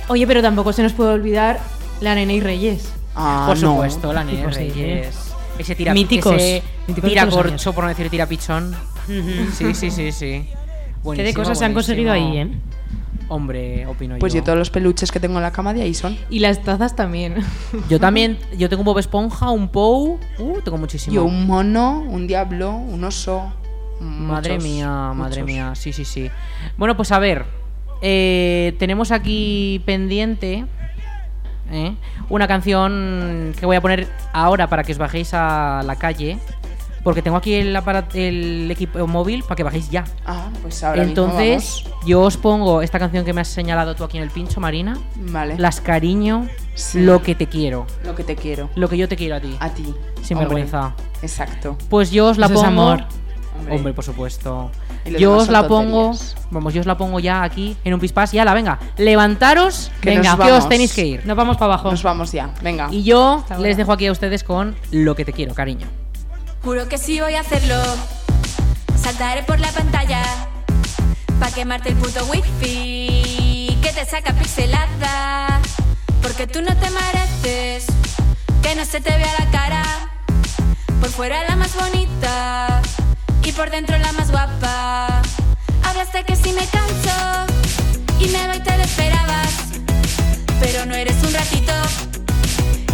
Speaker 7: Oye, pero tampoco se nos puede olvidar la Nene y Reyes.
Speaker 3: Ah.
Speaker 2: por supuesto, la nieve.
Speaker 7: Míticos de
Speaker 2: Reyes. Ese tira,
Speaker 7: Míticos.
Speaker 2: ese
Speaker 7: Míticos de
Speaker 2: tira
Speaker 7: todos los años.
Speaker 2: corcho, por no decir tira pichón.
Speaker 4: Ujú.
Speaker 2: sí, sí, sí, sí.
Speaker 4: Qué de
Speaker 2: Buenísimo,
Speaker 4: cosas se han
Speaker 2: buenísimo.
Speaker 4: conseguido ahí, ¿eh?
Speaker 2: Hombre, opino
Speaker 3: Pues yo
Speaker 2: yo.
Speaker 3: todos los peluches que tengo en la cama de ahí son.
Speaker 7: Y las tazas también.
Speaker 2: Yo también, yo tengo un Bob Esponja, un Pou. Uh, tengo muchísimo.
Speaker 3: Yo un mono, un diablo, un oso.
Speaker 2: Madre
Speaker 3: muchos,
Speaker 2: mía, madre
Speaker 3: muchos.
Speaker 2: mía, sí, sí, sí. Bueno, pues a ver, eh, tenemos aquí pendiente ¿eh? una canción que voy a poner ahora para que os bajéis a la calle, porque tengo aquí el, apara- el equipo móvil para que bajéis ya.
Speaker 3: Ah, pues ahora mismo
Speaker 2: Entonces, yo os pongo esta canción que me has señalado tú aquí en el pincho, Marina.
Speaker 3: Vale.
Speaker 2: Las cariño,
Speaker 3: Sí.
Speaker 2: lo que te quiero.
Speaker 3: Lo que te quiero.
Speaker 2: Lo que yo te quiero a ti.
Speaker 3: A ti.
Speaker 2: Sin
Speaker 3: hombre.
Speaker 2: vergüenza.
Speaker 3: Exacto.
Speaker 2: Pues yo os la
Speaker 4: Eso es
Speaker 2: pongo.
Speaker 4: amor.
Speaker 2: Hombre. por supuesto.
Speaker 3: Y lo
Speaker 2: Yo
Speaker 3: demás
Speaker 2: os
Speaker 3: son
Speaker 2: la pongo.
Speaker 3: tonterías.
Speaker 2: Vamos, yo os la pongo ya aquí en un pispás. Y ala, venga. Levantaros.
Speaker 3: Que
Speaker 2: venga,
Speaker 3: nos
Speaker 2: que os
Speaker 3: vamos.
Speaker 2: tenéis que ir.
Speaker 4: Nos vamos para abajo.
Speaker 3: Nos vamos ya. Venga.
Speaker 2: Y yo
Speaker 7: ahora.
Speaker 2: les dejo aquí a ustedes con lo que te quiero, cariño.
Speaker 19: Juro que sí voy a hacerlo. Saltaré por la pantalla pa quemarte el puto wifi que te saca pixelada, porque tú no te mereces que no se te vea la cara. Por fuera la más bonita y por dentro la más guapa. Hablaste que si me canso y me voy te lo esperabas, pero no eres un ratito,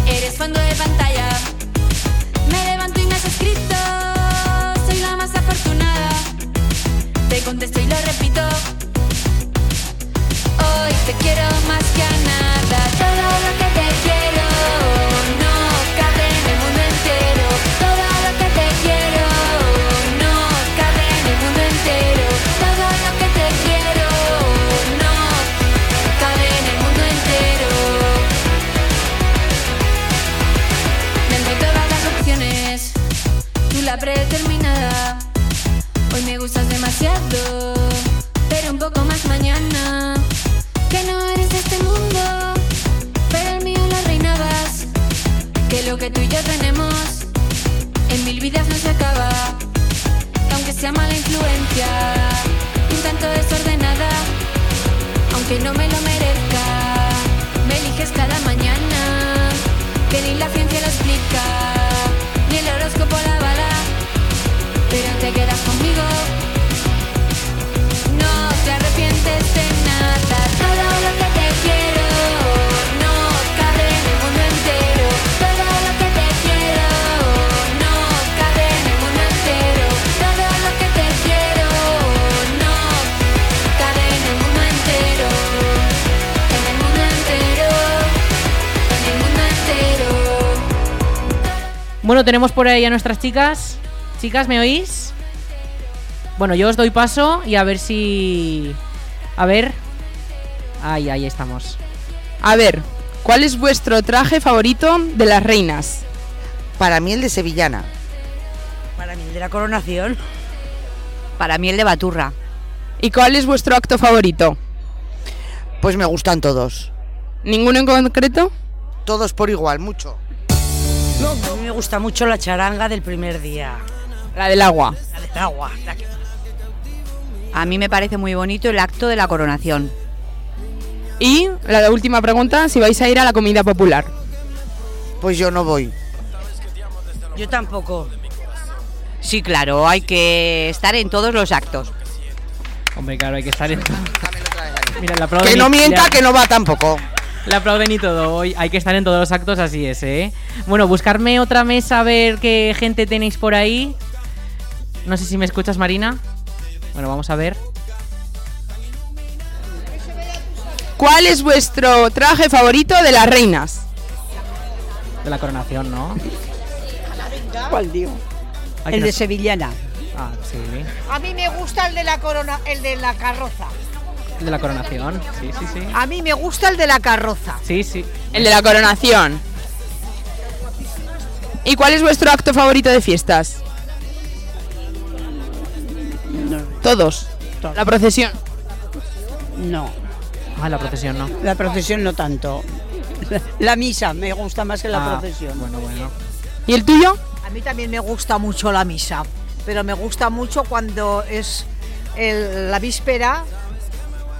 Speaker 19: eres fondo de pantalla. Me levanto y me has escrito, soy la más afortunada. Te contesto y lo repito. Hoy te quiero más que a nada, todo lo que te quiero. No cabe en el mundo entero, todo lo que te quiero. No cabe en el mundo entero, todo lo que te quiero. No cabe en el mundo entero. Me doy todas las opciones, tú la predeterminada. Hoy me gustas demasiado, pero un poco más mañana. Que no eres de este mundo, pero el mío lo reinabas. Que lo que tú y yo tenemos en mil vidas no se acaba. Que aunque sea mala influencia, un tanto desordenada, aunque no me lo merezca, me eliges cada mañana que ni la ciencia lo explica, ni el horóscopo la bala, pero te quedas conmigo. No te arrepientes de nada, todo lo que te quiero, no cabe en el mundo entero, todo lo que te quiero, no cabe en el mundo entero, todo lo que te quiero, no cabe en el mundo entero, en el mundo entero. En el mundo entero.
Speaker 2: Bueno, tenemos por ahí a nuestras chicas. Chicas, ¿me oís? Bueno, yo os doy paso y a ver si. A ver. Ahí, ahí estamos.
Speaker 20: A ver, ¿cuál es vuestro traje favorito de las reinas?
Speaker 21: Para mí el de Sevillana.
Speaker 18: Para mí el de la coronación. Para mí el de Baturra.
Speaker 21: ¿Y cuál es vuestro acto favorito? Pues me gustan todos.
Speaker 3: ¿Ninguno en concreto?
Speaker 21: Todos por igual, mucho.
Speaker 18: A mí me gusta mucho la charanga del primer día.
Speaker 3: La del agua.
Speaker 18: La del agua. la que- A mí me parece muy bonito el acto de la coronación.
Speaker 3: Y la última pregunta, si vais a ir a la comida popular.
Speaker 21: Pues yo no voy.
Speaker 18: Yo tampoco. Sí, claro, hay que estar en todos los actos.
Speaker 2: Hombre, claro, hay que estar en todo. Mira, la aplauden
Speaker 21: Que no
Speaker 2: y-
Speaker 21: mienta,
Speaker 2: le-
Speaker 21: que no va tampoco.
Speaker 2: Le aplauden y todo. Hoy hay que estar en todos los actos, así es, ¿eh? Bueno, buscarme otra mesa, a ver qué gente tenéis por ahí. No sé si me escuchas, Marina. Bueno, vamos a ver.
Speaker 3: ¿Cuál es vuestro traje favorito de las reinas?
Speaker 2: De la coronación, ¿no?
Speaker 22: ¿Cuál digo?
Speaker 2: Ay, que no-
Speaker 18: Sevillana.
Speaker 2: Ah, sí.
Speaker 22: A mí me gusta el de la corona, el de la carroza.
Speaker 2: El de la coronación. Sí, sí, sí.
Speaker 22: A mí me gusta el de la carroza.
Speaker 2: Sí, sí.
Speaker 3: El de la coronación. ¿Y cuál es vuestro acto favorito de fiestas? Todos. La procesión.
Speaker 22: No,
Speaker 2: Ah, la procesión, ¿no?
Speaker 22: la procesión no tanto. La misa me gusta más que la
Speaker 2: Ah,
Speaker 22: procesión.
Speaker 2: Bueno, bueno.
Speaker 3: ¿Y el tuyo?
Speaker 22: A mí también me gusta mucho la misa, pero me gusta mucho cuando es el- la víspera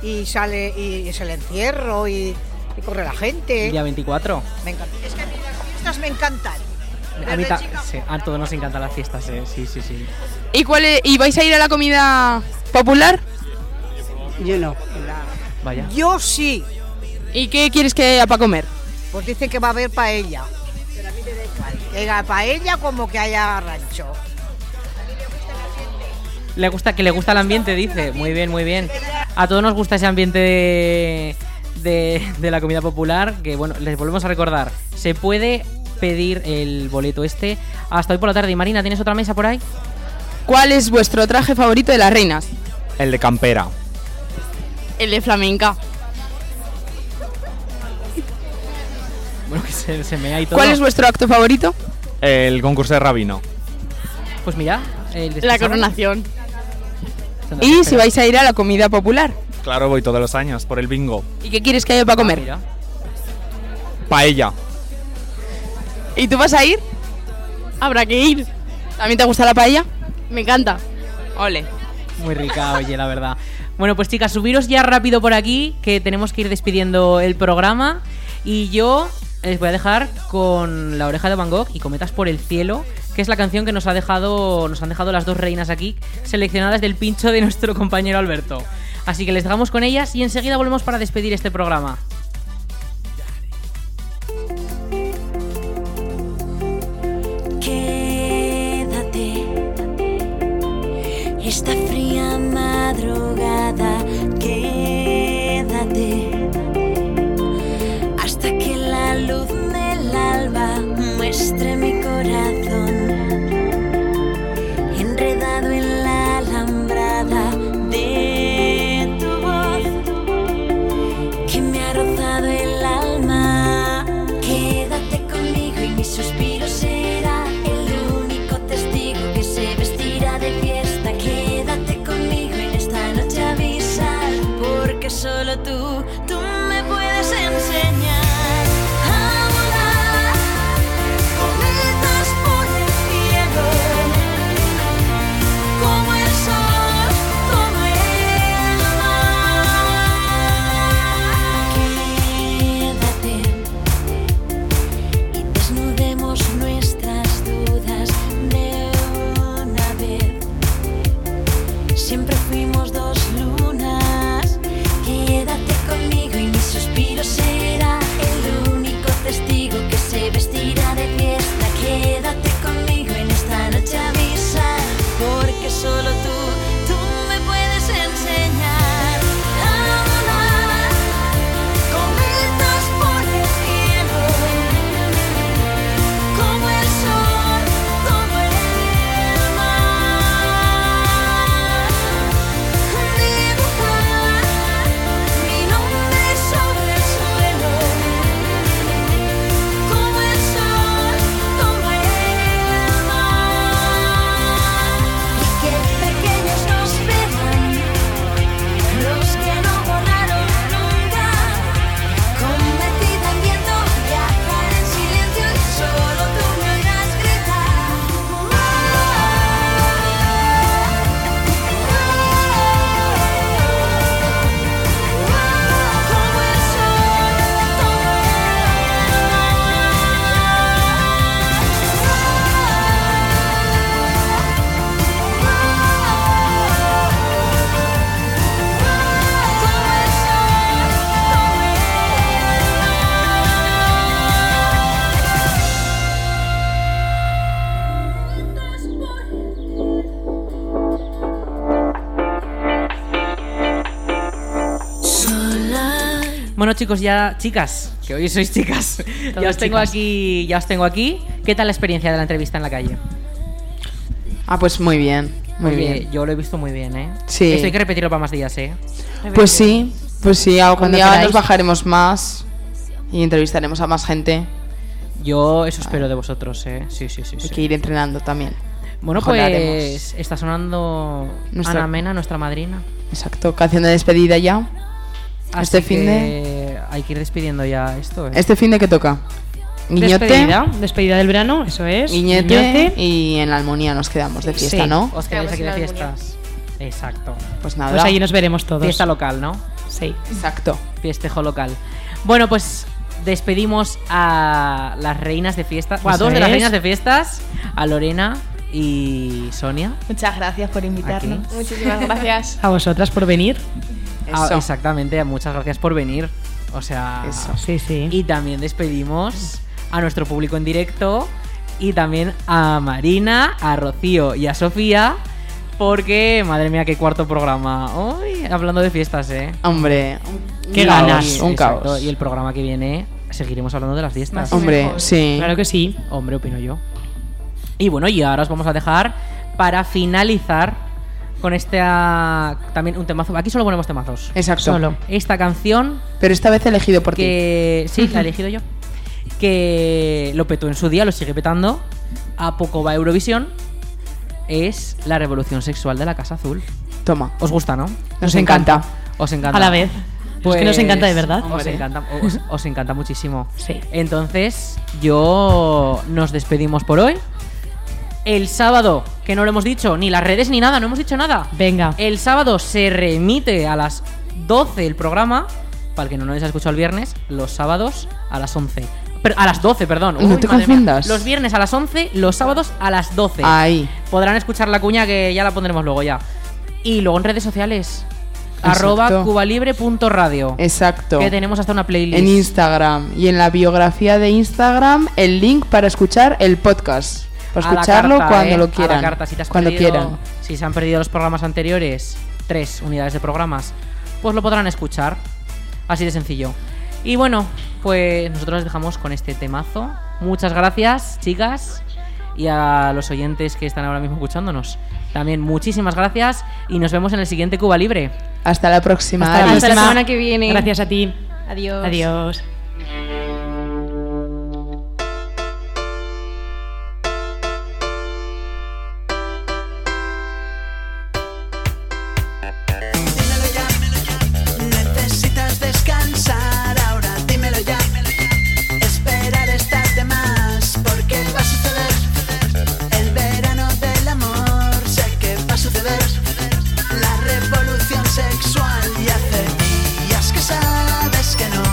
Speaker 22: y sale y es el encierro y, y corre la gente.
Speaker 2: El día 24.
Speaker 22: Me encanta. Es que a mí las fiestas me encantan.
Speaker 2: A mí
Speaker 22: Desde
Speaker 2: ta-
Speaker 22: chica-
Speaker 2: sí, a todos nos encantan las fiestas, ¿eh? Sí, sí, sí.
Speaker 3: ¿Y, cuál es- ¿Y vais a ir a la comida popular?
Speaker 22: Yo no.
Speaker 2: Vaya.
Speaker 22: Yo sí.
Speaker 3: ¿Y qué quieres que haya para comer?
Speaker 22: Pues dice que va a haber paella. Que haya paella como que haya rancho.
Speaker 2: Le gusta, que le gusta el ambiente, dice. Muy bien, muy bien. A todos nos gusta ese ambiente de, de- de la comida popular, que bueno, les volvemos a recordar, se puede pedir el boleto este hasta hoy por la tarde. Y Marina, ¿tienes otra mesa por ahí?
Speaker 3: ¿Cuál es vuestro traje favorito de las reinas?
Speaker 23: El de campera.
Speaker 3: El
Speaker 2: Eh,
Speaker 3: de flamenca.
Speaker 2: Bueno, que se, se mea y todo.
Speaker 3: ¿Cuál es vuestro acto favorito?
Speaker 23: El concurso de rabino.
Speaker 2: Pues mira, el de
Speaker 3: La
Speaker 2: este sábado.
Speaker 3: coronación. ¿Y si vais a ir a la comida popular?
Speaker 23: Claro, voy todos los años por el bingo.
Speaker 3: ¿Y qué quieres que haya
Speaker 2: Ah,
Speaker 3: para comer?
Speaker 23: Paella.
Speaker 3: ¿Y tú vas a ir? Habrá que ir. ¿A mí te gusta la paella? Me encanta. Ole.
Speaker 2: Muy rica, oye, la verdad. Bueno, pues chicas, subiros ya rápido por aquí, que tenemos que ir despidiendo el programa. Y yo les voy a dejar con La oreja de Van Gogh y Cometas por el cielo, que es la canción que nos ha dejado nos han dejado las dos reinas aquí, seleccionadas del pincho de nuestro compañero Alberto. Así que les dejamos con ellas y enseguida volvemos para despedir este programa.
Speaker 24: Quédate esta fría madrugada. Quédate hasta que la luz del alba muestre mi corazón enredado en la alambrada de tu voz que me ha rozado el alma. Quédate conmigo y mi suspiro será el único testigo que se vestirá de fiesta. Quédate conmigo en esta noche abisal, porque solo tú, tú me puedes enseñar a volar. Cometas por el
Speaker 2: Bueno, chicos, ya chicas, que hoy sois chicas. ya os tengo
Speaker 18: chicas.
Speaker 2: aquí, ya os tengo aquí. ¿Qué tal la experiencia de la entrevista en la calle?
Speaker 3: Ah, pues muy bien, muy
Speaker 2: Oye,
Speaker 3: bien.
Speaker 2: Yo lo he visto muy bien, ¿eh?
Speaker 3: Sí.
Speaker 2: Esto hay que repetirlo para más días, ¿eh?
Speaker 3: Pues sí, pues sí, algún
Speaker 2: Cuando
Speaker 3: día
Speaker 2: queráis.
Speaker 3: nos bajaremos más y entrevistaremos a más gente.
Speaker 2: Yo eso espero de vosotros, ¿eh? Sí, sí, sí.
Speaker 3: Hay
Speaker 2: sí.
Speaker 3: que ir entrenando también.
Speaker 2: Bueno,
Speaker 3: Ojalá
Speaker 2: pues
Speaker 3: haremos.
Speaker 2: está sonando
Speaker 3: Nuestra-
Speaker 2: Ana Mena, nuestra madrina.
Speaker 3: Exacto, canción de despedida ya.
Speaker 2: Así
Speaker 3: este fin de
Speaker 2: que Hay que ir despidiendo ya esto, ¿eh?
Speaker 3: este fin de que toca. Guiñote,
Speaker 4: Despedida, despedida del verano, eso es.
Speaker 3: guiñete
Speaker 4: Guiñote.
Speaker 3: y en la Almonía nos quedamos de fiesta,
Speaker 4: Sí.
Speaker 3: ¿no?
Speaker 2: Os quedáis aquí de fiestas. Exacto.
Speaker 3: Pues nada.
Speaker 4: Pues allí nos veremos todos.
Speaker 2: Fiesta local, ¿no?
Speaker 4: Sí.
Speaker 3: Exacto.
Speaker 2: Festejo local. Bueno, pues despedimos a las reinas de fiestas. Bueno, a
Speaker 4: Eso
Speaker 2: dos de las
Speaker 4: es.
Speaker 2: reinas de fiestas. A Lorena y Sonia.
Speaker 6: Muchas gracias por invitarnos.
Speaker 2: Aquí.
Speaker 25: Muchísimas gracias.
Speaker 4: A vosotras por venir.
Speaker 2: Ah,
Speaker 4: Eso.
Speaker 2: exactamente, muchas gracias por venir. O sea,
Speaker 4: Sí, sí.
Speaker 2: y también despedimos a nuestro público en directo y también a Marina, a Rocío y a Sofía. Porque, madre mía, qué cuarto programa. Uy, hablando de fiestas, ¿eh.
Speaker 3: Hombre, un- un caos, Un
Speaker 2: Exacto,
Speaker 3: caos.
Speaker 2: Y el programa que viene seguiremos hablando de las fiestas.
Speaker 3: Más y Hombre, mejor. sí.
Speaker 2: Claro que sí. Hombre, opino yo. Y bueno, y ahora os vamos a dejar para finalizar con esta también un temazo. Aquí solo ponemos temazos.
Speaker 3: Exacto.
Speaker 2: Solo. Esta canción
Speaker 3: Pero esta vez elegido por
Speaker 2: que sí, la he elegido yo. Que lo petó en su día, lo sigue petando. A poco va Eurovisión. Es la revolución sexual de la Casa Azul.
Speaker 3: Toma.
Speaker 2: ¿Os gusta, no?
Speaker 3: Nos encanta.
Speaker 2: Os encanta. Pues,
Speaker 4: A la vez. Es que nos encanta de verdad.
Speaker 2: Os
Speaker 4: Hombre.
Speaker 2: encanta, os- os encanta muchísimo.
Speaker 4: Sí.
Speaker 2: Entonces, yo nos despedimos por hoy. El sábado, que no lo hemos dicho, ni las redes ni nada, no hemos dicho nada.
Speaker 4: Venga.
Speaker 2: El sábado se remite a las 12 el programa. Para el que no nos haya escuchado el viernes, los sábados a las 11. Per- a las 12, perdón.
Speaker 3: No te
Speaker 2: madre mía.
Speaker 3: confundas.
Speaker 2: Los viernes a las 11, los sábados a las 12.
Speaker 3: Ahí.
Speaker 2: Podrán escuchar la cuña que ya la pondremos luego ya. Y luego en redes sociales.
Speaker 3: Exacto.
Speaker 2: Arroba cubalibre.radio.
Speaker 3: Exacto.
Speaker 2: Que tenemos hasta una playlist.
Speaker 3: En Instagram y en la biografía de Instagram el link para escuchar el podcast. Para
Speaker 2: A la
Speaker 3: escucharlo
Speaker 2: carta,
Speaker 3: cuando
Speaker 2: ¿eh?
Speaker 3: lo quieran.
Speaker 2: A la carta, si te has
Speaker 3: cuando
Speaker 2: perdido-
Speaker 3: quieran.
Speaker 2: Si se han perdido los programas anteriores, tres unidades de programas, pues lo podrán escuchar. Así de sencillo. Y bueno, pues nosotros les dejamos con este temazo. Muchas gracias, chicas. Y a los oyentes que están ahora mismo escuchándonos. También muchísimas gracias y nos vemos en el siguiente Cuba Libre.
Speaker 3: Hasta la próxima.
Speaker 2: Hasta la
Speaker 3: Alex.
Speaker 2: próxima.
Speaker 26: semana que viene.
Speaker 4: Gracias a ti.
Speaker 26: Adiós.
Speaker 4: Adiós.
Speaker 27: Dímelo ya, necesitas descansar ahora, dímelo ya. Esperar estás de más, porque va a suceder. El verano del amor, sé que va a suceder. La revolución sexual y hace días que sabes que no.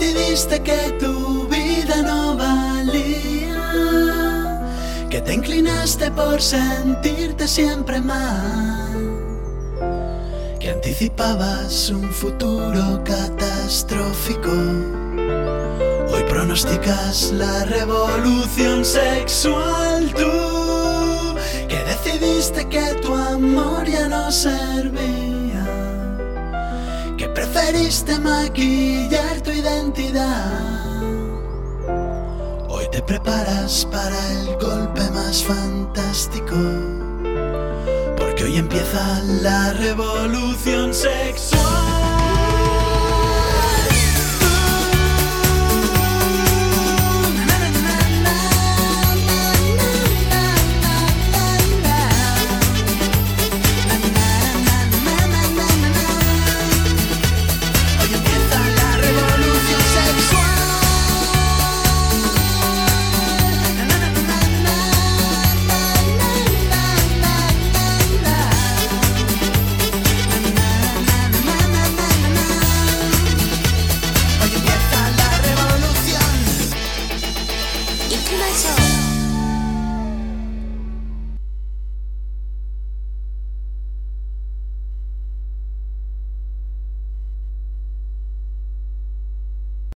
Speaker 28: Dijiste que tu vida no valía, que te inclinaste por sentirte siempre mal, que anticipabas un futuro catastrófico. Hoy pronosticas la revolución sexual tú, que decidiste que tu amor ya no servía, que preferiste maquillar tu identidad. Hoy te preparas para el golpe más fantástico, porque hoy empieza la revolución sexual.